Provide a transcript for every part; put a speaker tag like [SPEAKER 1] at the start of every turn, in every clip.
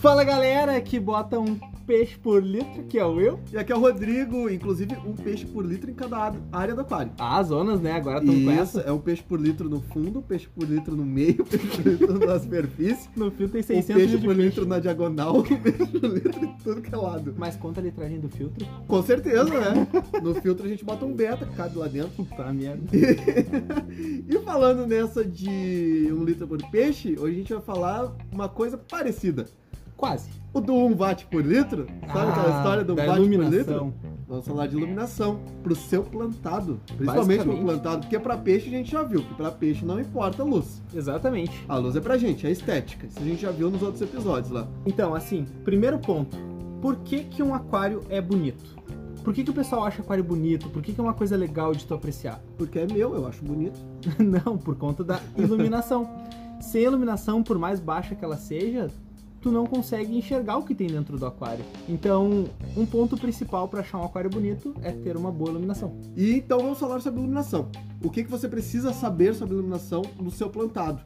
[SPEAKER 1] Fala galera que bota um peixe por litro, que é o eu.
[SPEAKER 2] E aqui é o Rodrigo, inclusive um peixe por litro em cada á- área do aquário.
[SPEAKER 1] Ah, as zonas, né? Agora estão com
[SPEAKER 2] Isso,
[SPEAKER 1] essa.
[SPEAKER 2] é um peixe por litro no fundo, um peixe por litro no meio, um peixe por litro na superfície,
[SPEAKER 1] No fio tem
[SPEAKER 2] um
[SPEAKER 1] 600
[SPEAKER 2] peixe
[SPEAKER 1] litros de
[SPEAKER 2] por
[SPEAKER 1] peixe.
[SPEAKER 2] litro na diagonal, um peixe por litro em tudo que é lado.
[SPEAKER 1] Mas conta a litragem do filtro.
[SPEAKER 2] Com certeza, né? No filtro a gente bota um beta que cabe lá dentro.
[SPEAKER 1] Puta merda.
[SPEAKER 2] E falando nessa de um litro por peixe, hoje a gente vai falar uma coisa parecida.
[SPEAKER 1] Quase.
[SPEAKER 2] O do 1 watt por litro, sabe aquela
[SPEAKER 1] Ah,
[SPEAKER 2] história do 1
[SPEAKER 1] da
[SPEAKER 2] watt por litro?
[SPEAKER 1] iluminação.
[SPEAKER 2] Vamos falar de iluminação pro seu plantado, principalmente pro
[SPEAKER 1] Basicamente.
[SPEAKER 2] plantado, porque pra peixe a gente já viu que pra peixe não importa a luz.
[SPEAKER 1] Exatamente.
[SPEAKER 2] A luz é pra gente, é estética. Isso a gente já viu nos outros episódios lá.
[SPEAKER 1] Então, assim, primeiro ponto. Por que, que um aquário é bonito? Por que, que o pessoal acha aquário bonito? Por que, que é uma coisa legal de tu apreciar?
[SPEAKER 2] Porque é meu, eu acho bonito.
[SPEAKER 1] Não, por conta da iluminação. Sem iluminação, por mais baixa que ela seja, tu não consegue enxergar o que tem dentro do aquário. Então, um ponto principal para achar um aquário bonito é ter uma boa iluminação.
[SPEAKER 2] E então vamos falar sobre iluminação. O que, que você precisa saber sobre iluminação no seu plantado?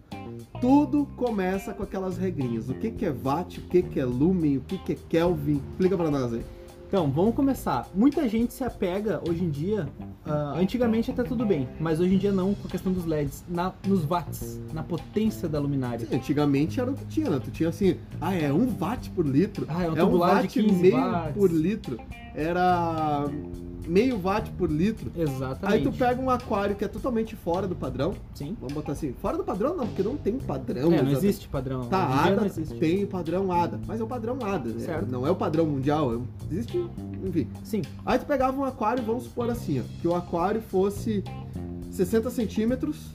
[SPEAKER 2] Tudo começa com aquelas regrinhas. O que, que é watt, o que, que é lumen, o que, que é Kelvin. Explica pra nós aí.
[SPEAKER 1] Então, vamos começar. Muita gente se apega hoje em dia, ah, antigamente até tudo bem, mas hoje em dia não, com a questão dos LEDs, na, nos watts, na potência da luminária.
[SPEAKER 2] Sim, antigamente era o que tinha, né? Tu tinha assim, ah, é um watt por litro.
[SPEAKER 1] Ah, é um
[SPEAKER 2] É um
[SPEAKER 1] tubular de
[SPEAKER 2] watt
[SPEAKER 1] 15
[SPEAKER 2] meio
[SPEAKER 1] watts.
[SPEAKER 2] por litro. Era meio watt por litro. Aí
[SPEAKER 1] Exatamente.
[SPEAKER 2] tu pega um aquário que é totalmente fora do padrão.
[SPEAKER 1] Sim.
[SPEAKER 2] Vamos botar assim, fora do padrão não, porque não tem padrão.
[SPEAKER 1] É, não
[SPEAKER 2] um exatamente.
[SPEAKER 1] existe padrão. Hoje
[SPEAKER 2] Tá,
[SPEAKER 1] em dia não
[SPEAKER 2] ADA
[SPEAKER 1] existe.
[SPEAKER 2] tem o padrão ADA, mas é o padrão ADA, né?
[SPEAKER 1] Certo.
[SPEAKER 2] Não é o padrão mundial, é- existe, enfim.
[SPEAKER 1] Sim,
[SPEAKER 2] Aí tu pegava um aquário, vamos supor assim, ó, que o aquário fosse 60 centímetros,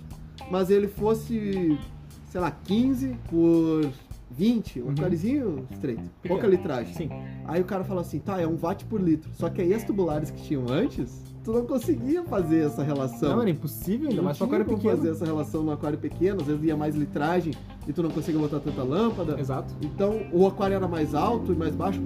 [SPEAKER 2] mas ele fosse, sei lá, 15 por 20, um
[SPEAKER 1] Uhum.
[SPEAKER 2] aquáriozinho estreito, pouca
[SPEAKER 1] Pequeno.
[SPEAKER 2] litragem.
[SPEAKER 1] sim.
[SPEAKER 2] Aí o cara fala assim, tá, é um watt por litro. Só que aí as tubulares que tinham antes, tu não conseguia fazer essa relação.
[SPEAKER 1] Não, era impossível, Então. ainda
[SPEAKER 2] Não
[SPEAKER 1] mais com
[SPEAKER 2] tinha
[SPEAKER 1] aquário
[SPEAKER 2] como
[SPEAKER 1] pequeno.
[SPEAKER 2] fazer essa relação no aquário pequeno, às vezes ia mais litragem e tu não conseguia botar tanta lâmpada.
[SPEAKER 1] Exato.
[SPEAKER 2] Então, o aquário era mais alto e mais baixo.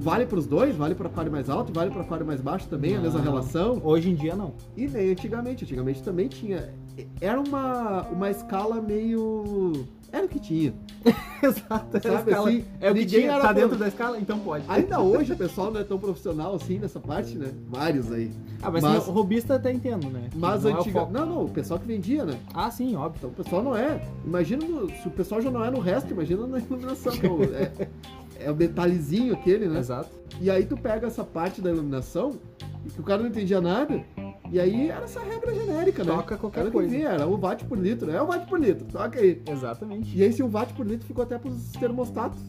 [SPEAKER 2] Vale para os dois? Vale para aquário mais alto e vale para aquário mais baixo também, a mesma
[SPEAKER 1] Não.
[SPEAKER 2] relação?
[SPEAKER 1] Hoje em dia não.
[SPEAKER 2] E nem antigamente. Antigamente também tinha. Era uma, uma escala meio. Era o que tinha.
[SPEAKER 1] Exato, era a
[SPEAKER 2] Sabe
[SPEAKER 1] escala.
[SPEAKER 2] assim?
[SPEAKER 1] é o que
[SPEAKER 2] Ninguém
[SPEAKER 1] tinha,
[SPEAKER 2] era
[SPEAKER 1] tá
[SPEAKER 2] pro-
[SPEAKER 1] dentro da escala, então pode.
[SPEAKER 2] Ainda hoje o pessoal não é tão profissional assim nessa parte, né? Vários aí.
[SPEAKER 1] Ah, mas,
[SPEAKER 2] mas-
[SPEAKER 1] assim, o robista até entendo, né?
[SPEAKER 2] Mas
[SPEAKER 1] Não é o
[SPEAKER 2] antiga.
[SPEAKER 1] foco.
[SPEAKER 2] não, não, o pessoal que vendia, né?
[SPEAKER 1] Ah, sim, óbvio.
[SPEAKER 2] Então o pessoal não é. Imagina no- se o pessoal já não é no resto, imagina na iluminação. Então, é, é o detalhezinho aquele, né?
[SPEAKER 1] Exato.
[SPEAKER 2] E aí tu pega essa parte da iluminação, que o cara não entendia nada, e aí era essa regra genérica, né?
[SPEAKER 1] Toca
[SPEAKER 2] o cara
[SPEAKER 1] qualquer
[SPEAKER 2] que
[SPEAKER 1] coisa.
[SPEAKER 2] via era o watt por litro, é o watt por litro, toca aí.
[SPEAKER 1] Exatamente.
[SPEAKER 2] E esse um watt por litro ficou até pros termostatos,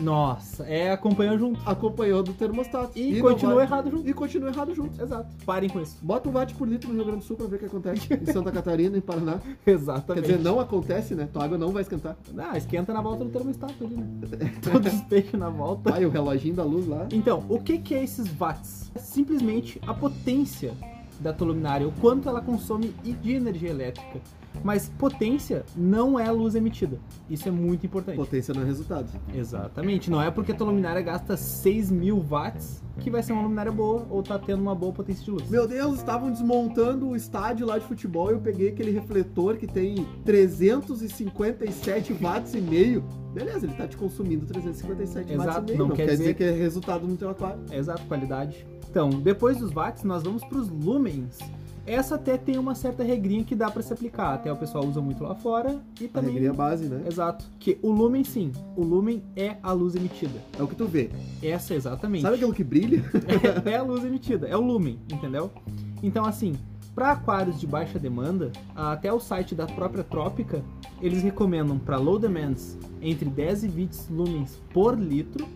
[SPEAKER 1] Nossa, é acompanhando junto.
[SPEAKER 2] acompanhou do termostato.
[SPEAKER 1] E,
[SPEAKER 2] não
[SPEAKER 1] continua
[SPEAKER 2] vai-
[SPEAKER 1] errado junto.
[SPEAKER 2] E continua errado junto.
[SPEAKER 1] Exato. Parem com isso.
[SPEAKER 2] Bota um watt por litro no Rio Grande do Sul pra ver o que acontece. Em Santa Catarina, em Paraná. Quer
[SPEAKER 1] Exatamente.
[SPEAKER 2] dizer, não acontece, né? Tua água não vai esquentar.
[SPEAKER 1] Ah, esquenta na volta do termostato ali, né? Todos os peixes na volta.
[SPEAKER 2] Vai o reloginho da luz lá.
[SPEAKER 1] Então, o que que é esses watts? É Simplesmente a potência da tua luminária, o quanto ela consome e de energia elétrica. Mas potência não é a luz emitida. Isso é muito importante.
[SPEAKER 2] Potência não é resultado.
[SPEAKER 1] Exatamente. Não é porque a tua luminária gasta 6 mil watts que vai ser uma luminária boa ou tá tendo uma boa potência de luz.
[SPEAKER 2] Meu Deus, estavam desmontando o estádio lá de futebol e eu peguei aquele refletor que tem 357 watts e meio. Beleza, ele tá te consumindo 357 watts
[SPEAKER 1] Exato,
[SPEAKER 2] e meio. Não, quer, dizer que é resultado no teu aquário.
[SPEAKER 1] Exato, qualidade. Então, depois dos watts, nós vamos para os lumens. Essa até tem uma certa regrinha que dá para se aplicar. Até o pessoal usa muito lá fora e
[SPEAKER 2] A
[SPEAKER 1] também.
[SPEAKER 2] regrinha base, né?
[SPEAKER 1] Exato. Que o lumen, sim. O lumen é a luz emitida.
[SPEAKER 2] É o que tu vê.
[SPEAKER 1] Essa é exatamente.
[SPEAKER 2] Sabe aquilo que brilha?
[SPEAKER 1] é a luz emitida, é o lumen, entendeu? Então, assim, para aquários de baixa demanda, até o site da própria Trópica, eles recomendam para low demands entre 10 e 20 lumens por litro,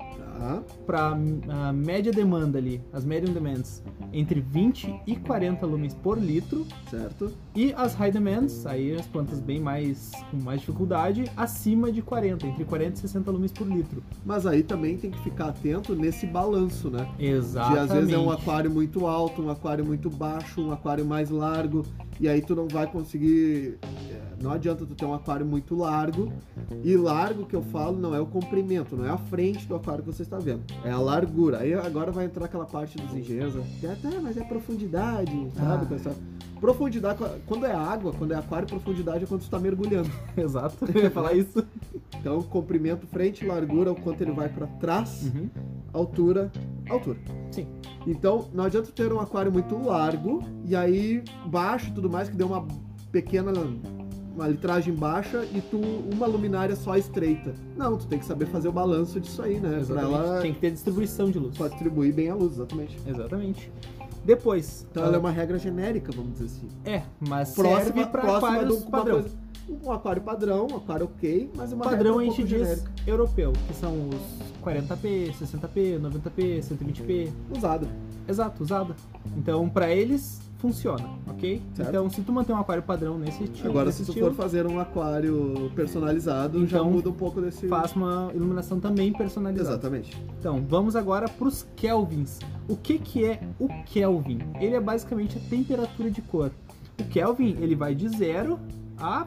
[SPEAKER 2] Tá.
[SPEAKER 1] para a média demanda ali, as medium demands, entre 20 e 40 lumens por litro,
[SPEAKER 2] certo?
[SPEAKER 1] e as high demands, aí as plantas bem mais com mais dificuldade, acima de 40, entre 40 e 60 lumens por litro.
[SPEAKER 2] Mas aí também tem que ficar atento nesse balanço, né?
[SPEAKER 1] Exatamente.
[SPEAKER 2] De às vezes é um aquário muito alto, um aquário muito baixo, um aquário mais largo, e aí tu não vai conseguir. é, Não adianta tu ter um aquário muito largo. E largo que eu falo não é o comprimento, não é a frente do aquário que você está vendo. É a largura. Aí agora vai entrar aquela parte dos engenheiros, né? Que, Ah, tá, mas é profundidade,
[SPEAKER 1] Ah.
[SPEAKER 2] sabe? pessoal? Profundidade, quando é água, quando é aquário, profundidade é quando você tá mergulhando.
[SPEAKER 1] Exato, eu ia falar isso.
[SPEAKER 2] Então, comprimento, frente, largura, o quanto ele vai para trás,
[SPEAKER 1] Uhum.
[SPEAKER 2] altura, altura.
[SPEAKER 1] Sim.
[SPEAKER 2] Então, não adianta ter um aquário muito largo e aí baixo e tudo mais, que dê uma pequena uma litragem baixa e tu uma luminária só estreita. Não, tu tem que saber fazer o balanço disso aí, né? Pra
[SPEAKER 1] Exatamente.
[SPEAKER 2] ela
[SPEAKER 1] Tem que ter distribuição de luz.
[SPEAKER 2] pra distribuir bem a luz, exatamente.
[SPEAKER 1] Exatamente. Depois.
[SPEAKER 2] Então ela é uma regra genérica, vamos dizer assim.
[SPEAKER 1] ah, é, mas
[SPEAKER 2] Próxima,
[SPEAKER 1] Tá. serve para
[SPEAKER 2] próxima de
[SPEAKER 1] aquários
[SPEAKER 2] uma
[SPEAKER 1] padrão.
[SPEAKER 2] coisa- um aquário padrão, um aquário ok, mas uma
[SPEAKER 1] padrão
[SPEAKER 2] regra
[SPEAKER 1] a
[SPEAKER 2] um
[SPEAKER 1] gente
[SPEAKER 2] pouco
[SPEAKER 1] diz
[SPEAKER 2] genérica.
[SPEAKER 1] europeu, que são os 40p, 60p, 90p, 120p.
[SPEAKER 2] Usado.
[SPEAKER 1] Exato, usada. Então, pra eles, funciona, ok?
[SPEAKER 2] Certo.
[SPEAKER 1] Então, se tu manter um aquário padrão nesse tipo,
[SPEAKER 2] Agora,
[SPEAKER 1] nesse
[SPEAKER 2] se tu
[SPEAKER 1] estilo,
[SPEAKER 2] for fazer um aquário personalizado, já
[SPEAKER 1] Então,
[SPEAKER 2] muda um pouco desse.
[SPEAKER 1] faz uma iluminação também personalizada.
[SPEAKER 2] Exatamente.
[SPEAKER 1] Então, vamos agora pros kelvins. O que que é o kelvin? Ele é basicamente a temperatura de cor. O kelvin, ele vai de 0 a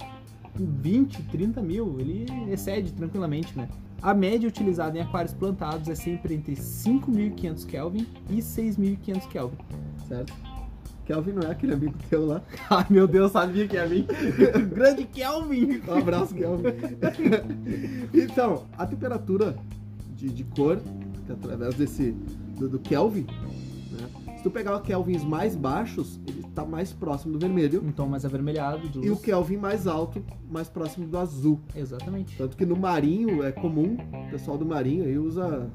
[SPEAKER 1] 20, 30 mil. Ele excede tranquilamente, né? A média utilizada em aquários plantados é sempre entre 5.500 kelvin e 6.500 kelvin.
[SPEAKER 2] Certo? Kelvin não é aquele amigo teu lá.
[SPEAKER 1] Ai, meu Deus, sabia que ia vir. Grande kelvin!
[SPEAKER 2] é Um abraço, Kelvin. então, a temperatura de, de cor, que através desse. do, do Kelvin, né? Se tu pegar os Kelvins mais baixos, ele tá mais próximo do vermelho.
[SPEAKER 1] Um tom mais avermelhado de luz.
[SPEAKER 2] E o Kelvin mais alto, mais próximo do azul.
[SPEAKER 1] Exatamente.
[SPEAKER 2] Tanto que no marinho é comum, o pessoal do marinho aí usa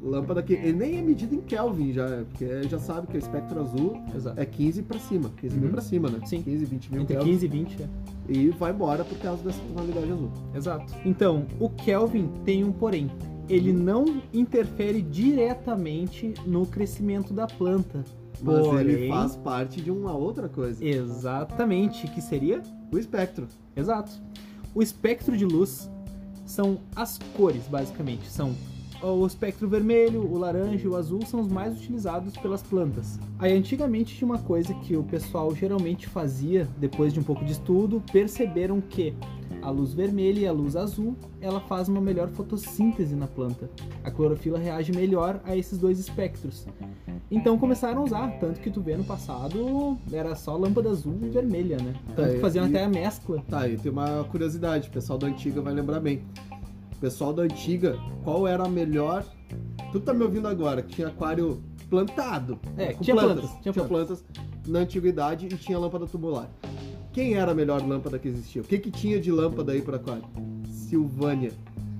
[SPEAKER 2] lâmpada que ele nem é medida em Kelvin já, porque já sabe que o espectro azul
[SPEAKER 1] Exato.
[SPEAKER 2] é 15 pra cima, 15 mil
[SPEAKER 1] Uhum.
[SPEAKER 2] pra cima, né?
[SPEAKER 1] Sim.
[SPEAKER 2] 15, 20 mil
[SPEAKER 1] Entre
[SPEAKER 2] Kelvin
[SPEAKER 1] 15 e 20, é.
[SPEAKER 2] e vai embora por causa dessa tonalidade azul.
[SPEAKER 1] Exato. Então, o Kelvin tem um porém. Ele não interfere diretamente no crescimento da planta.
[SPEAKER 2] Mas ele
[SPEAKER 1] Porém-
[SPEAKER 2] faz parte de uma outra coisa,
[SPEAKER 1] Exatamente, que seria?
[SPEAKER 2] o espectro.
[SPEAKER 1] Exato. O espectro de luz são as cores, basicamente. São o espectro vermelho, o laranja e o azul são os mais utilizados pelas plantas. Aí antigamente tinha uma coisa que o pessoal geralmente fazia, depois de um pouco de estudo, perceberam que a luz vermelha e a luz azul, ela faz uma melhor fotossíntese na planta. A clorofila reage melhor a esses dois espectros. Então começaram a usar, tanto que tu vê no passado era só lâmpada azul e vermelha, né? Tanto
[SPEAKER 2] É,
[SPEAKER 1] que faziam
[SPEAKER 2] e-
[SPEAKER 1] até a mescla.
[SPEAKER 2] Tá, e tem uma curiosidade, o pessoal da antiga vai lembrar bem. O pessoal da antiga, qual era a melhor? Tu tá me ouvindo agora, que tinha aquário plantado.
[SPEAKER 1] É,
[SPEAKER 2] com
[SPEAKER 1] tinha plantas,
[SPEAKER 2] Tinha,
[SPEAKER 1] tinha
[SPEAKER 2] plantas. na antiguidade e tinha lâmpada tubular. Quem era a melhor lâmpada que existia? O que que tinha de lâmpada aí para aquário? Silvânia,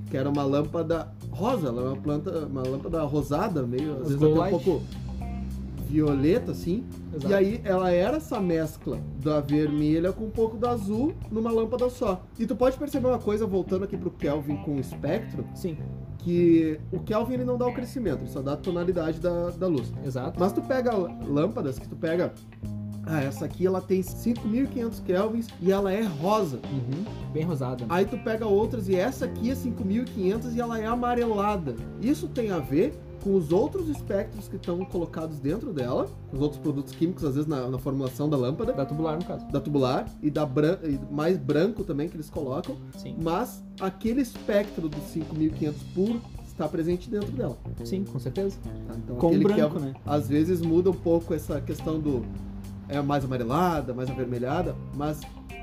[SPEAKER 2] que era uma lâmpada rosa, ela era uma planta, uma lâmpada rosada, meio às
[SPEAKER 1] As
[SPEAKER 2] vezes
[SPEAKER 1] glow
[SPEAKER 2] até um
[SPEAKER 1] light.
[SPEAKER 2] pouco violeta assim.
[SPEAKER 1] Exato.
[SPEAKER 2] E aí ela era essa mescla da vermelha com um pouco do azul numa lâmpada só. E tu pode perceber uma coisa, voltando aqui pro Kelvin com o espectro,
[SPEAKER 1] Sim,
[SPEAKER 2] que o Kelvin ele não dá o crescimento, ele só dá a tonalidade da, da luz.
[SPEAKER 1] exato.
[SPEAKER 2] Mas tu pega lâ- lâmpadas que tu pega. Ah, essa aqui ela tem 5.500 Kelvins e ela é rosa.
[SPEAKER 1] Uhum. Bem rosada. né?
[SPEAKER 2] Aí tu pega outras e essa aqui é 5.500 e ela é amarelada. Isso tem a ver com os outros espectros que estão colocados dentro dela, os outros produtos químicos, às vezes na, na formulação da lâmpada,
[SPEAKER 1] Da tubular, no caso.
[SPEAKER 2] da tubular e da bran- e mais branco também que eles colocam,
[SPEAKER 1] Sim,
[SPEAKER 2] mas aquele espectro dos 5.500 puro está presente dentro dela.
[SPEAKER 1] sim, com certeza.
[SPEAKER 2] tá? Então,
[SPEAKER 1] Com o
[SPEAKER 2] aquele que é-
[SPEAKER 1] branco, né?
[SPEAKER 2] às vezes muda um pouco essa questão do é mais amarelada, mais avermelhada, mas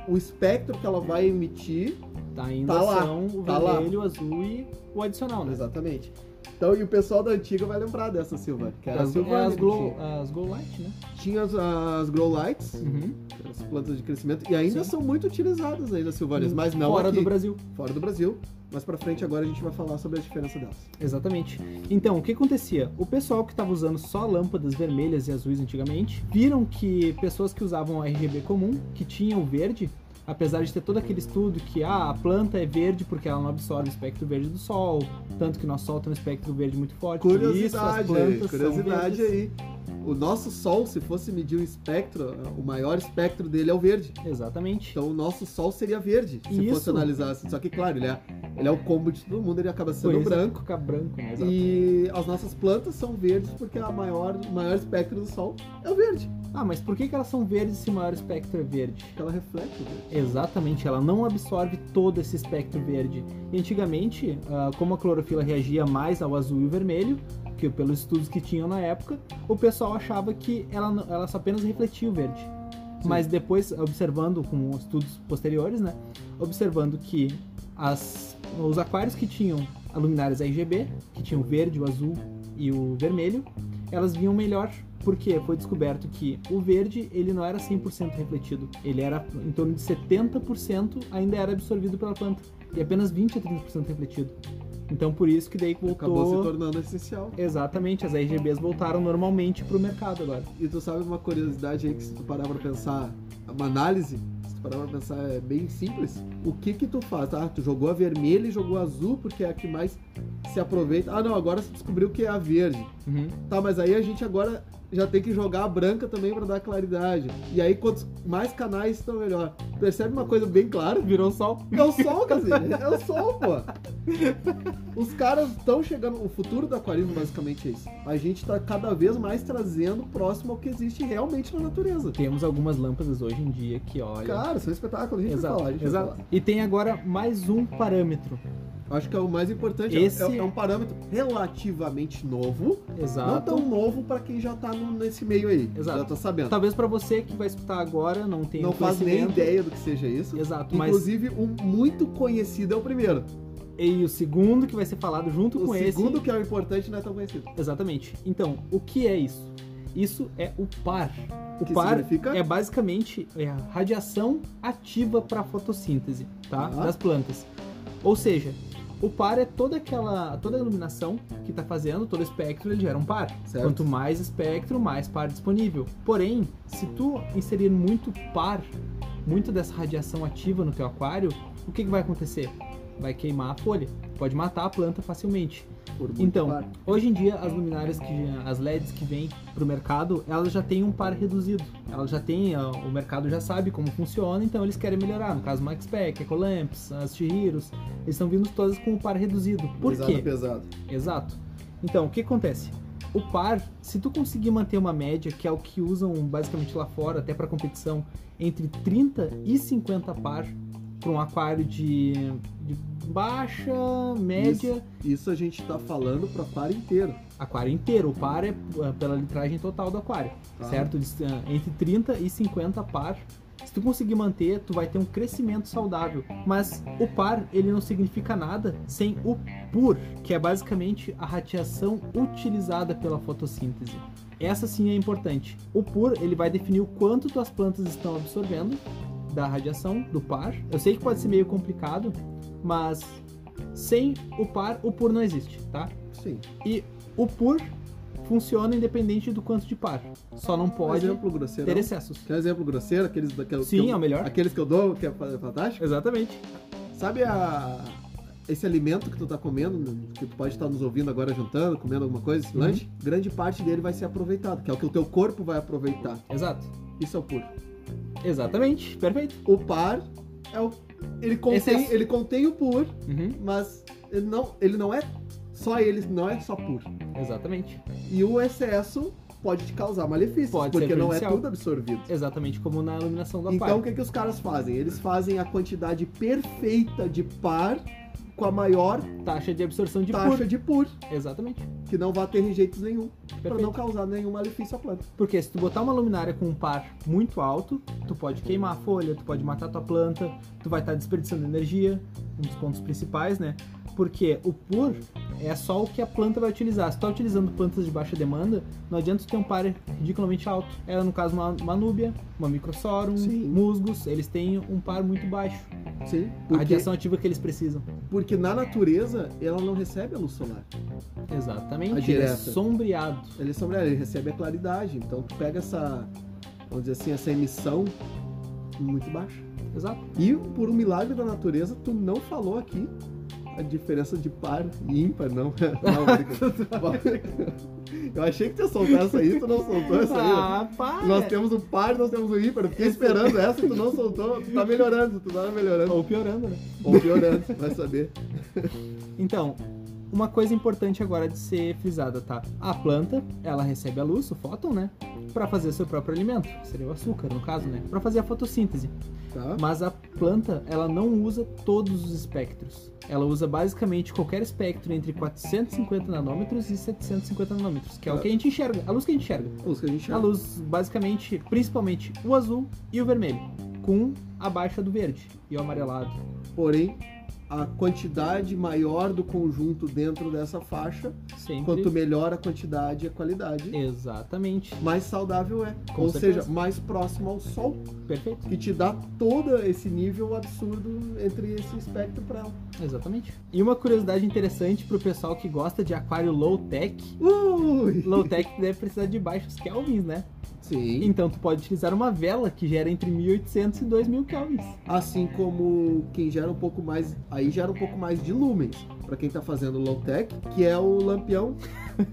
[SPEAKER 2] o espectro que ela vai emitir,
[SPEAKER 1] Tá ainda
[SPEAKER 2] Tá lá,
[SPEAKER 1] são o
[SPEAKER 2] tá lá.
[SPEAKER 1] vermelho, o azul e o adicional, né?
[SPEAKER 2] exatamente. Então, e o pessoal da antiga vai lembrar dessa Silva, que era a
[SPEAKER 1] As,
[SPEAKER 2] Silva.
[SPEAKER 1] é as,
[SPEAKER 2] que
[SPEAKER 1] glow,
[SPEAKER 2] tinha.
[SPEAKER 1] as glow light, né?
[SPEAKER 2] Tinha as, as grow lights,
[SPEAKER 1] Uhum.
[SPEAKER 2] as plantas de crescimento, e ainda
[SPEAKER 1] Sim. Uhum.
[SPEAKER 2] são muito utilizadas ainda, Silvânias, mas não
[SPEAKER 1] Fora
[SPEAKER 2] aqui,
[SPEAKER 1] do Brasil.
[SPEAKER 2] fora do Brasil. Mas pra frente agora a gente vai falar sobre a diferença delas.
[SPEAKER 1] Exatamente. Então, o que acontecia? O pessoal que estava usando só lâmpadas vermelhas e azuis antigamente, viram que pessoas que usavam RGB comum, que tinham verde, apesar de ter todo aquele estudo que ah, a planta é verde porque ela não absorve o espectro verde do sol, tanto que nosso sol tem um espectro verde muito forte. por isso as
[SPEAKER 2] Curiosidade,
[SPEAKER 1] plantas são
[SPEAKER 2] curiosidade
[SPEAKER 1] verdes.
[SPEAKER 2] aí. O nosso Sol, se fosse medir o espectro, o maior espectro dele é o verde.
[SPEAKER 1] Exatamente.
[SPEAKER 2] Então o nosso sol seria verde, se
[SPEAKER 1] Isso.
[SPEAKER 2] fosse analisar assim. Só que, claro, ele é, ele é o combo de todo mundo, ele acaba
[SPEAKER 1] Por
[SPEAKER 2] sendo
[SPEAKER 1] isso
[SPEAKER 2] branco.
[SPEAKER 1] é, fica branco, né? Exato.
[SPEAKER 2] E as nossas plantas são verdes porque a maior, o maior espectro do sol é o verde.
[SPEAKER 1] Ah, mas por que, que elas são verdes se o maior espectro é verde?
[SPEAKER 2] Porque ela reflete né? o verde.
[SPEAKER 1] Exatamente, ela não absorve todo esse espectro verde. E antigamente, ah, como a clorofila reagia mais ao azul e o vermelho, que pelos estudos que tinham na época, o pessoal achava que ela, n- ela só apenas refletia o verde. Mas depois, observando com estudos posteriores, né? Observando que as, os aquários que tinham luminárias RGB, que tinham o verde, o azul e o vermelho, elas vinham melhor, porque foi descoberto que o verde ele não era 100% refletido, ele era em torno de 70% ainda era absorvido pela planta e apenas 20 a 30% refletido. Então por isso que daí
[SPEAKER 2] Acabou se
[SPEAKER 1] voltou
[SPEAKER 2] tornando essencial.
[SPEAKER 1] Exatamente, as RGBs voltaram normalmente pro mercado agora.
[SPEAKER 2] E tu sabe uma curiosidade aí que se tu parar pra pensar, uma análise, se tu parar pra pensar é bem simples. O que que tu faz? Ah, tu jogou a vermelha e jogou a azul porque é a que mais se aproveita. Ah, não, agora se descobriu que é a verde.
[SPEAKER 1] Uhum.
[SPEAKER 2] Tá, mas aí a gente agora já tem que jogar a branca também pra dar claridade. E aí quantos mais canais estão melhor. Percebe uma coisa bem clara?
[SPEAKER 1] Virou sol.
[SPEAKER 2] É o sol, Casimiro. É o sol, pô. Os caras estão chegando. O futuro do aquarismo basicamente é isso. A gente tá cada vez mais trazendo próximo ao que existe realmente na natureza.
[SPEAKER 1] Temos algumas lâmpadas hoje em dia que olha.
[SPEAKER 2] Cara, isso é um espetáculo. A gente vai
[SPEAKER 1] exato,
[SPEAKER 2] falar, a gente vai
[SPEAKER 1] exato. E tem agora mais um parâmetro.
[SPEAKER 2] falar. Acho que é o mais importante. é-
[SPEAKER 1] Esse-
[SPEAKER 2] É, é um parâmetro relativamente novo. Não
[SPEAKER 1] Exato.
[SPEAKER 2] tão novo pra quem já tá no- nesse meio aí.
[SPEAKER 1] Exato.
[SPEAKER 2] Já tá sabendo.
[SPEAKER 1] Talvez pra você que vai escutar agora não tenha
[SPEAKER 2] Não faz nem
[SPEAKER 1] conhecimento.
[SPEAKER 2] ideia do que seja isso.
[SPEAKER 1] Exato, mas
[SPEAKER 2] Inclusive, um muito conhecido é o primeiro.
[SPEAKER 1] e o segundo que vai ser falado junto
[SPEAKER 2] O
[SPEAKER 1] com
[SPEAKER 2] segundo,
[SPEAKER 1] esse.
[SPEAKER 2] que é o importante, não é tão conhecido.
[SPEAKER 1] Exatamente. Então, o que é isso? Isso é o par. O
[SPEAKER 2] que
[SPEAKER 1] par
[SPEAKER 2] significa
[SPEAKER 1] é basicamente é a radiação ativa para fotossíntese, tá?
[SPEAKER 2] Aham.
[SPEAKER 1] Das plantas. Ou seja, o par é toda aquela toda a iluminação que tá fazendo, todo espectro, ele gera um par.
[SPEAKER 2] Certo.
[SPEAKER 1] Quanto mais espectro, mais par disponível. Porém, se tu inserir muito par, muito dessa radiação ativa no teu aquário, o que, que vai acontecer? Vai queimar a folha, pode matar a planta facilmente.
[SPEAKER 2] Por muito
[SPEAKER 1] Então,
[SPEAKER 2] par.
[SPEAKER 1] hoje em dia as luminárias que as LEDs que vêm pro mercado, elas já têm um par reduzido. Elas já têm, ah, o mercado já sabe como funciona, então eles querem melhorar. No caso, Max Pack, Ecolamps, as Chihiros, eles estão vindo todas com o par reduzido. Por
[SPEAKER 2] pesado,
[SPEAKER 1] quê?
[SPEAKER 2] pesado.
[SPEAKER 1] Exato. Então, o que acontece? O par, se tu conseguir manter uma média, que é o que usam basicamente lá fora, até para competição, entre 30 e 50 par para um aquário de, de baixa, média,
[SPEAKER 2] Isso a gente tá falando pro aquário inteiro.
[SPEAKER 1] aquário inteiro. O par é uh, pela litragem total do aquário,
[SPEAKER 2] tá?
[SPEAKER 1] certo? Dis- uh, Entre 30 e 50 par. Se tu conseguir manter, tu vai ter um crescimento saudável. Mas o par, ele não significa nada sem o pur, que é basicamente a radiação utilizada pela fotossíntese. Essa sim é importante. O pur, ele vai definir o quanto tuas plantas estão absorvendo da radiação do par. Eu sei que pode ser meio complicado, mas sem o par, o pur não existe, tá?
[SPEAKER 2] Sim.
[SPEAKER 1] O pur funciona independente do quanto de par. Só não pode
[SPEAKER 2] exemplo grosseiro.
[SPEAKER 1] ter excessos.
[SPEAKER 2] Quer exemplo grosseiro? Aqueles daqueles
[SPEAKER 1] Sim,
[SPEAKER 2] que
[SPEAKER 1] é
[SPEAKER 2] eu,
[SPEAKER 1] o melhor.
[SPEAKER 2] aqueles que eu dou, que é fa- fantástico.
[SPEAKER 1] Exatamente.
[SPEAKER 2] Sabe a esse alimento que tu tá comendo, que tu pode estar nos ouvindo agora jantando, comendo alguma coisa, esse
[SPEAKER 1] Uhum.
[SPEAKER 2] lanche, grande parte dele vai ser aproveitado, que é o que o teu corpo vai aproveitar.
[SPEAKER 1] Exato.
[SPEAKER 2] Isso é o puro.
[SPEAKER 1] Exatamente. Perfeito.
[SPEAKER 2] O par é o ele contém,
[SPEAKER 1] Excesso.
[SPEAKER 2] ele contém o puro,
[SPEAKER 1] Uhum.
[SPEAKER 2] mas ele não, ele não é só ele, não é só puro.
[SPEAKER 1] Exatamente.
[SPEAKER 2] E o excesso pode te causar malefícios,
[SPEAKER 1] Pode ser
[SPEAKER 2] porque não é
[SPEAKER 1] prejudicial.
[SPEAKER 2] tudo absorvido.
[SPEAKER 1] Exatamente como na iluminação do
[SPEAKER 2] Então o
[SPEAKER 1] aquário.
[SPEAKER 2] que, que os caras fazem? Eles fazem a quantidade perfeita de par com a maior
[SPEAKER 1] Taxa de absorção de
[SPEAKER 2] taxa
[SPEAKER 1] pur.
[SPEAKER 2] de pur,
[SPEAKER 1] Exatamente.
[SPEAKER 2] que não vai ter rejeitos nenhum, para
[SPEAKER 1] Perfeito.
[SPEAKER 2] não causar nenhum malefício à planta.
[SPEAKER 1] Porque se tu botar uma luminária com um par muito alto, tu pode queimar a folha, tu pode matar tua planta, tu vai estar desperdiçando energia, um dos pontos principais, né? Porque o pur é só o que a planta vai utilizar. Se tu tá utilizando plantas de baixa demanda, não adianta tu ter um par ridiculamente alto. É, no caso, uma, uma núbia, uma microsorum,
[SPEAKER 2] Sim.
[SPEAKER 1] musgos, eles têm um par muito baixo.
[SPEAKER 2] Sim,
[SPEAKER 1] A
[SPEAKER 2] porque,
[SPEAKER 1] radiação ativa que eles precisam.
[SPEAKER 2] porque na natureza ela não recebe a luz solar. A
[SPEAKER 1] Exatamente. Ele é
[SPEAKER 2] direta.
[SPEAKER 1] sombreado.
[SPEAKER 2] Ele, sobre ele recebe a claridade. Então tu pega essa, vamos dizer assim, essa emissão muito baixa.
[SPEAKER 1] Exato.
[SPEAKER 2] E por um milagre da natureza, tu não falou aqui a diferença de par e ímpar, não. não brincadeira. Eu achei que tu ia soltar essa aí, tu não soltou essa aí. né?
[SPEAKER 1] Ah, para!
[SPEAKER 2] Nós temos o par, nós temos o ímpar. Eu fiquei esperando essa e tu não soltou. Tu tá melhorando, tu tá melhorando.
[SPEAKER 1] Ou piorando, né?
[SPEAKER 2] Ou piorando, vai saber.
[SPEAKER 1] Então, Uma coisa importante agora de ser frisada, tá? A planta, ela recebe a luz, o fóton, né? Pra fazer seu próprio alimento, que seria o açúcar, no caso, né? Pra fazer a fotossíntese.
[SPEAKER 2] tá?
[SPEAKER 1] Mas a planta, ela não usa todos os espectros. Ela usa basicamente qualquer espectro entre 450 nanômetros e 750 nanômetros, que é o
[SPEAKER 2] Tá.
[SPEAKER 1] que a gente enxerga, a luz que a gente enxerga.
[SPEAKER 2] A luz que a gente
[SPEAKER 1] A
[SPEAKER 2] chama.
[SPEAKER 1] luz, basicamente, principalmente o azul e o vermelho, com a baixa do verde e o amarelado.
[SPEAKER 2] Porém, a quantidade maior do conjunto dentro dessa faixa,
[SPEAKER 1] Sempre.
[SPEAKER 2] quanto melhor a quantidade e a qualidade,
[SPEAKER 1] Exatamente.
[SPEAKER 2] mais saudável é.
[SPEAKER 1] Com
[SPEAKER 2] Ou
[SPEAKER 1] certeza.
[SPEAKER 2] seja, mais próximo ao sol,
[SPEAKER 1] Perfeito.
[SPEAKER 2] que te dá todo esse nível absurdo entre esse espectro para ela.
[SPEAKER 1] Exatamente. E uma curiosidade interessante pro pessoal que gosta de aquário low-tech.
[SPEAKER 2] Ui!
[SPEAKER 1] Low-tech deve precisar de baixos kelvins, né?
[SPEAKER 2] Sim.
[SPEAKER 1] Então tu pode utilizar uma vela que gera entre 1800 e 2000 kelvins.
[SPEAKER 2] Assim como quem gera um pouco mais. Aí gera um pouco mais de lumens. Pra quem tá fazendo low tech, que é o lampião,
[SPEAKER 1] A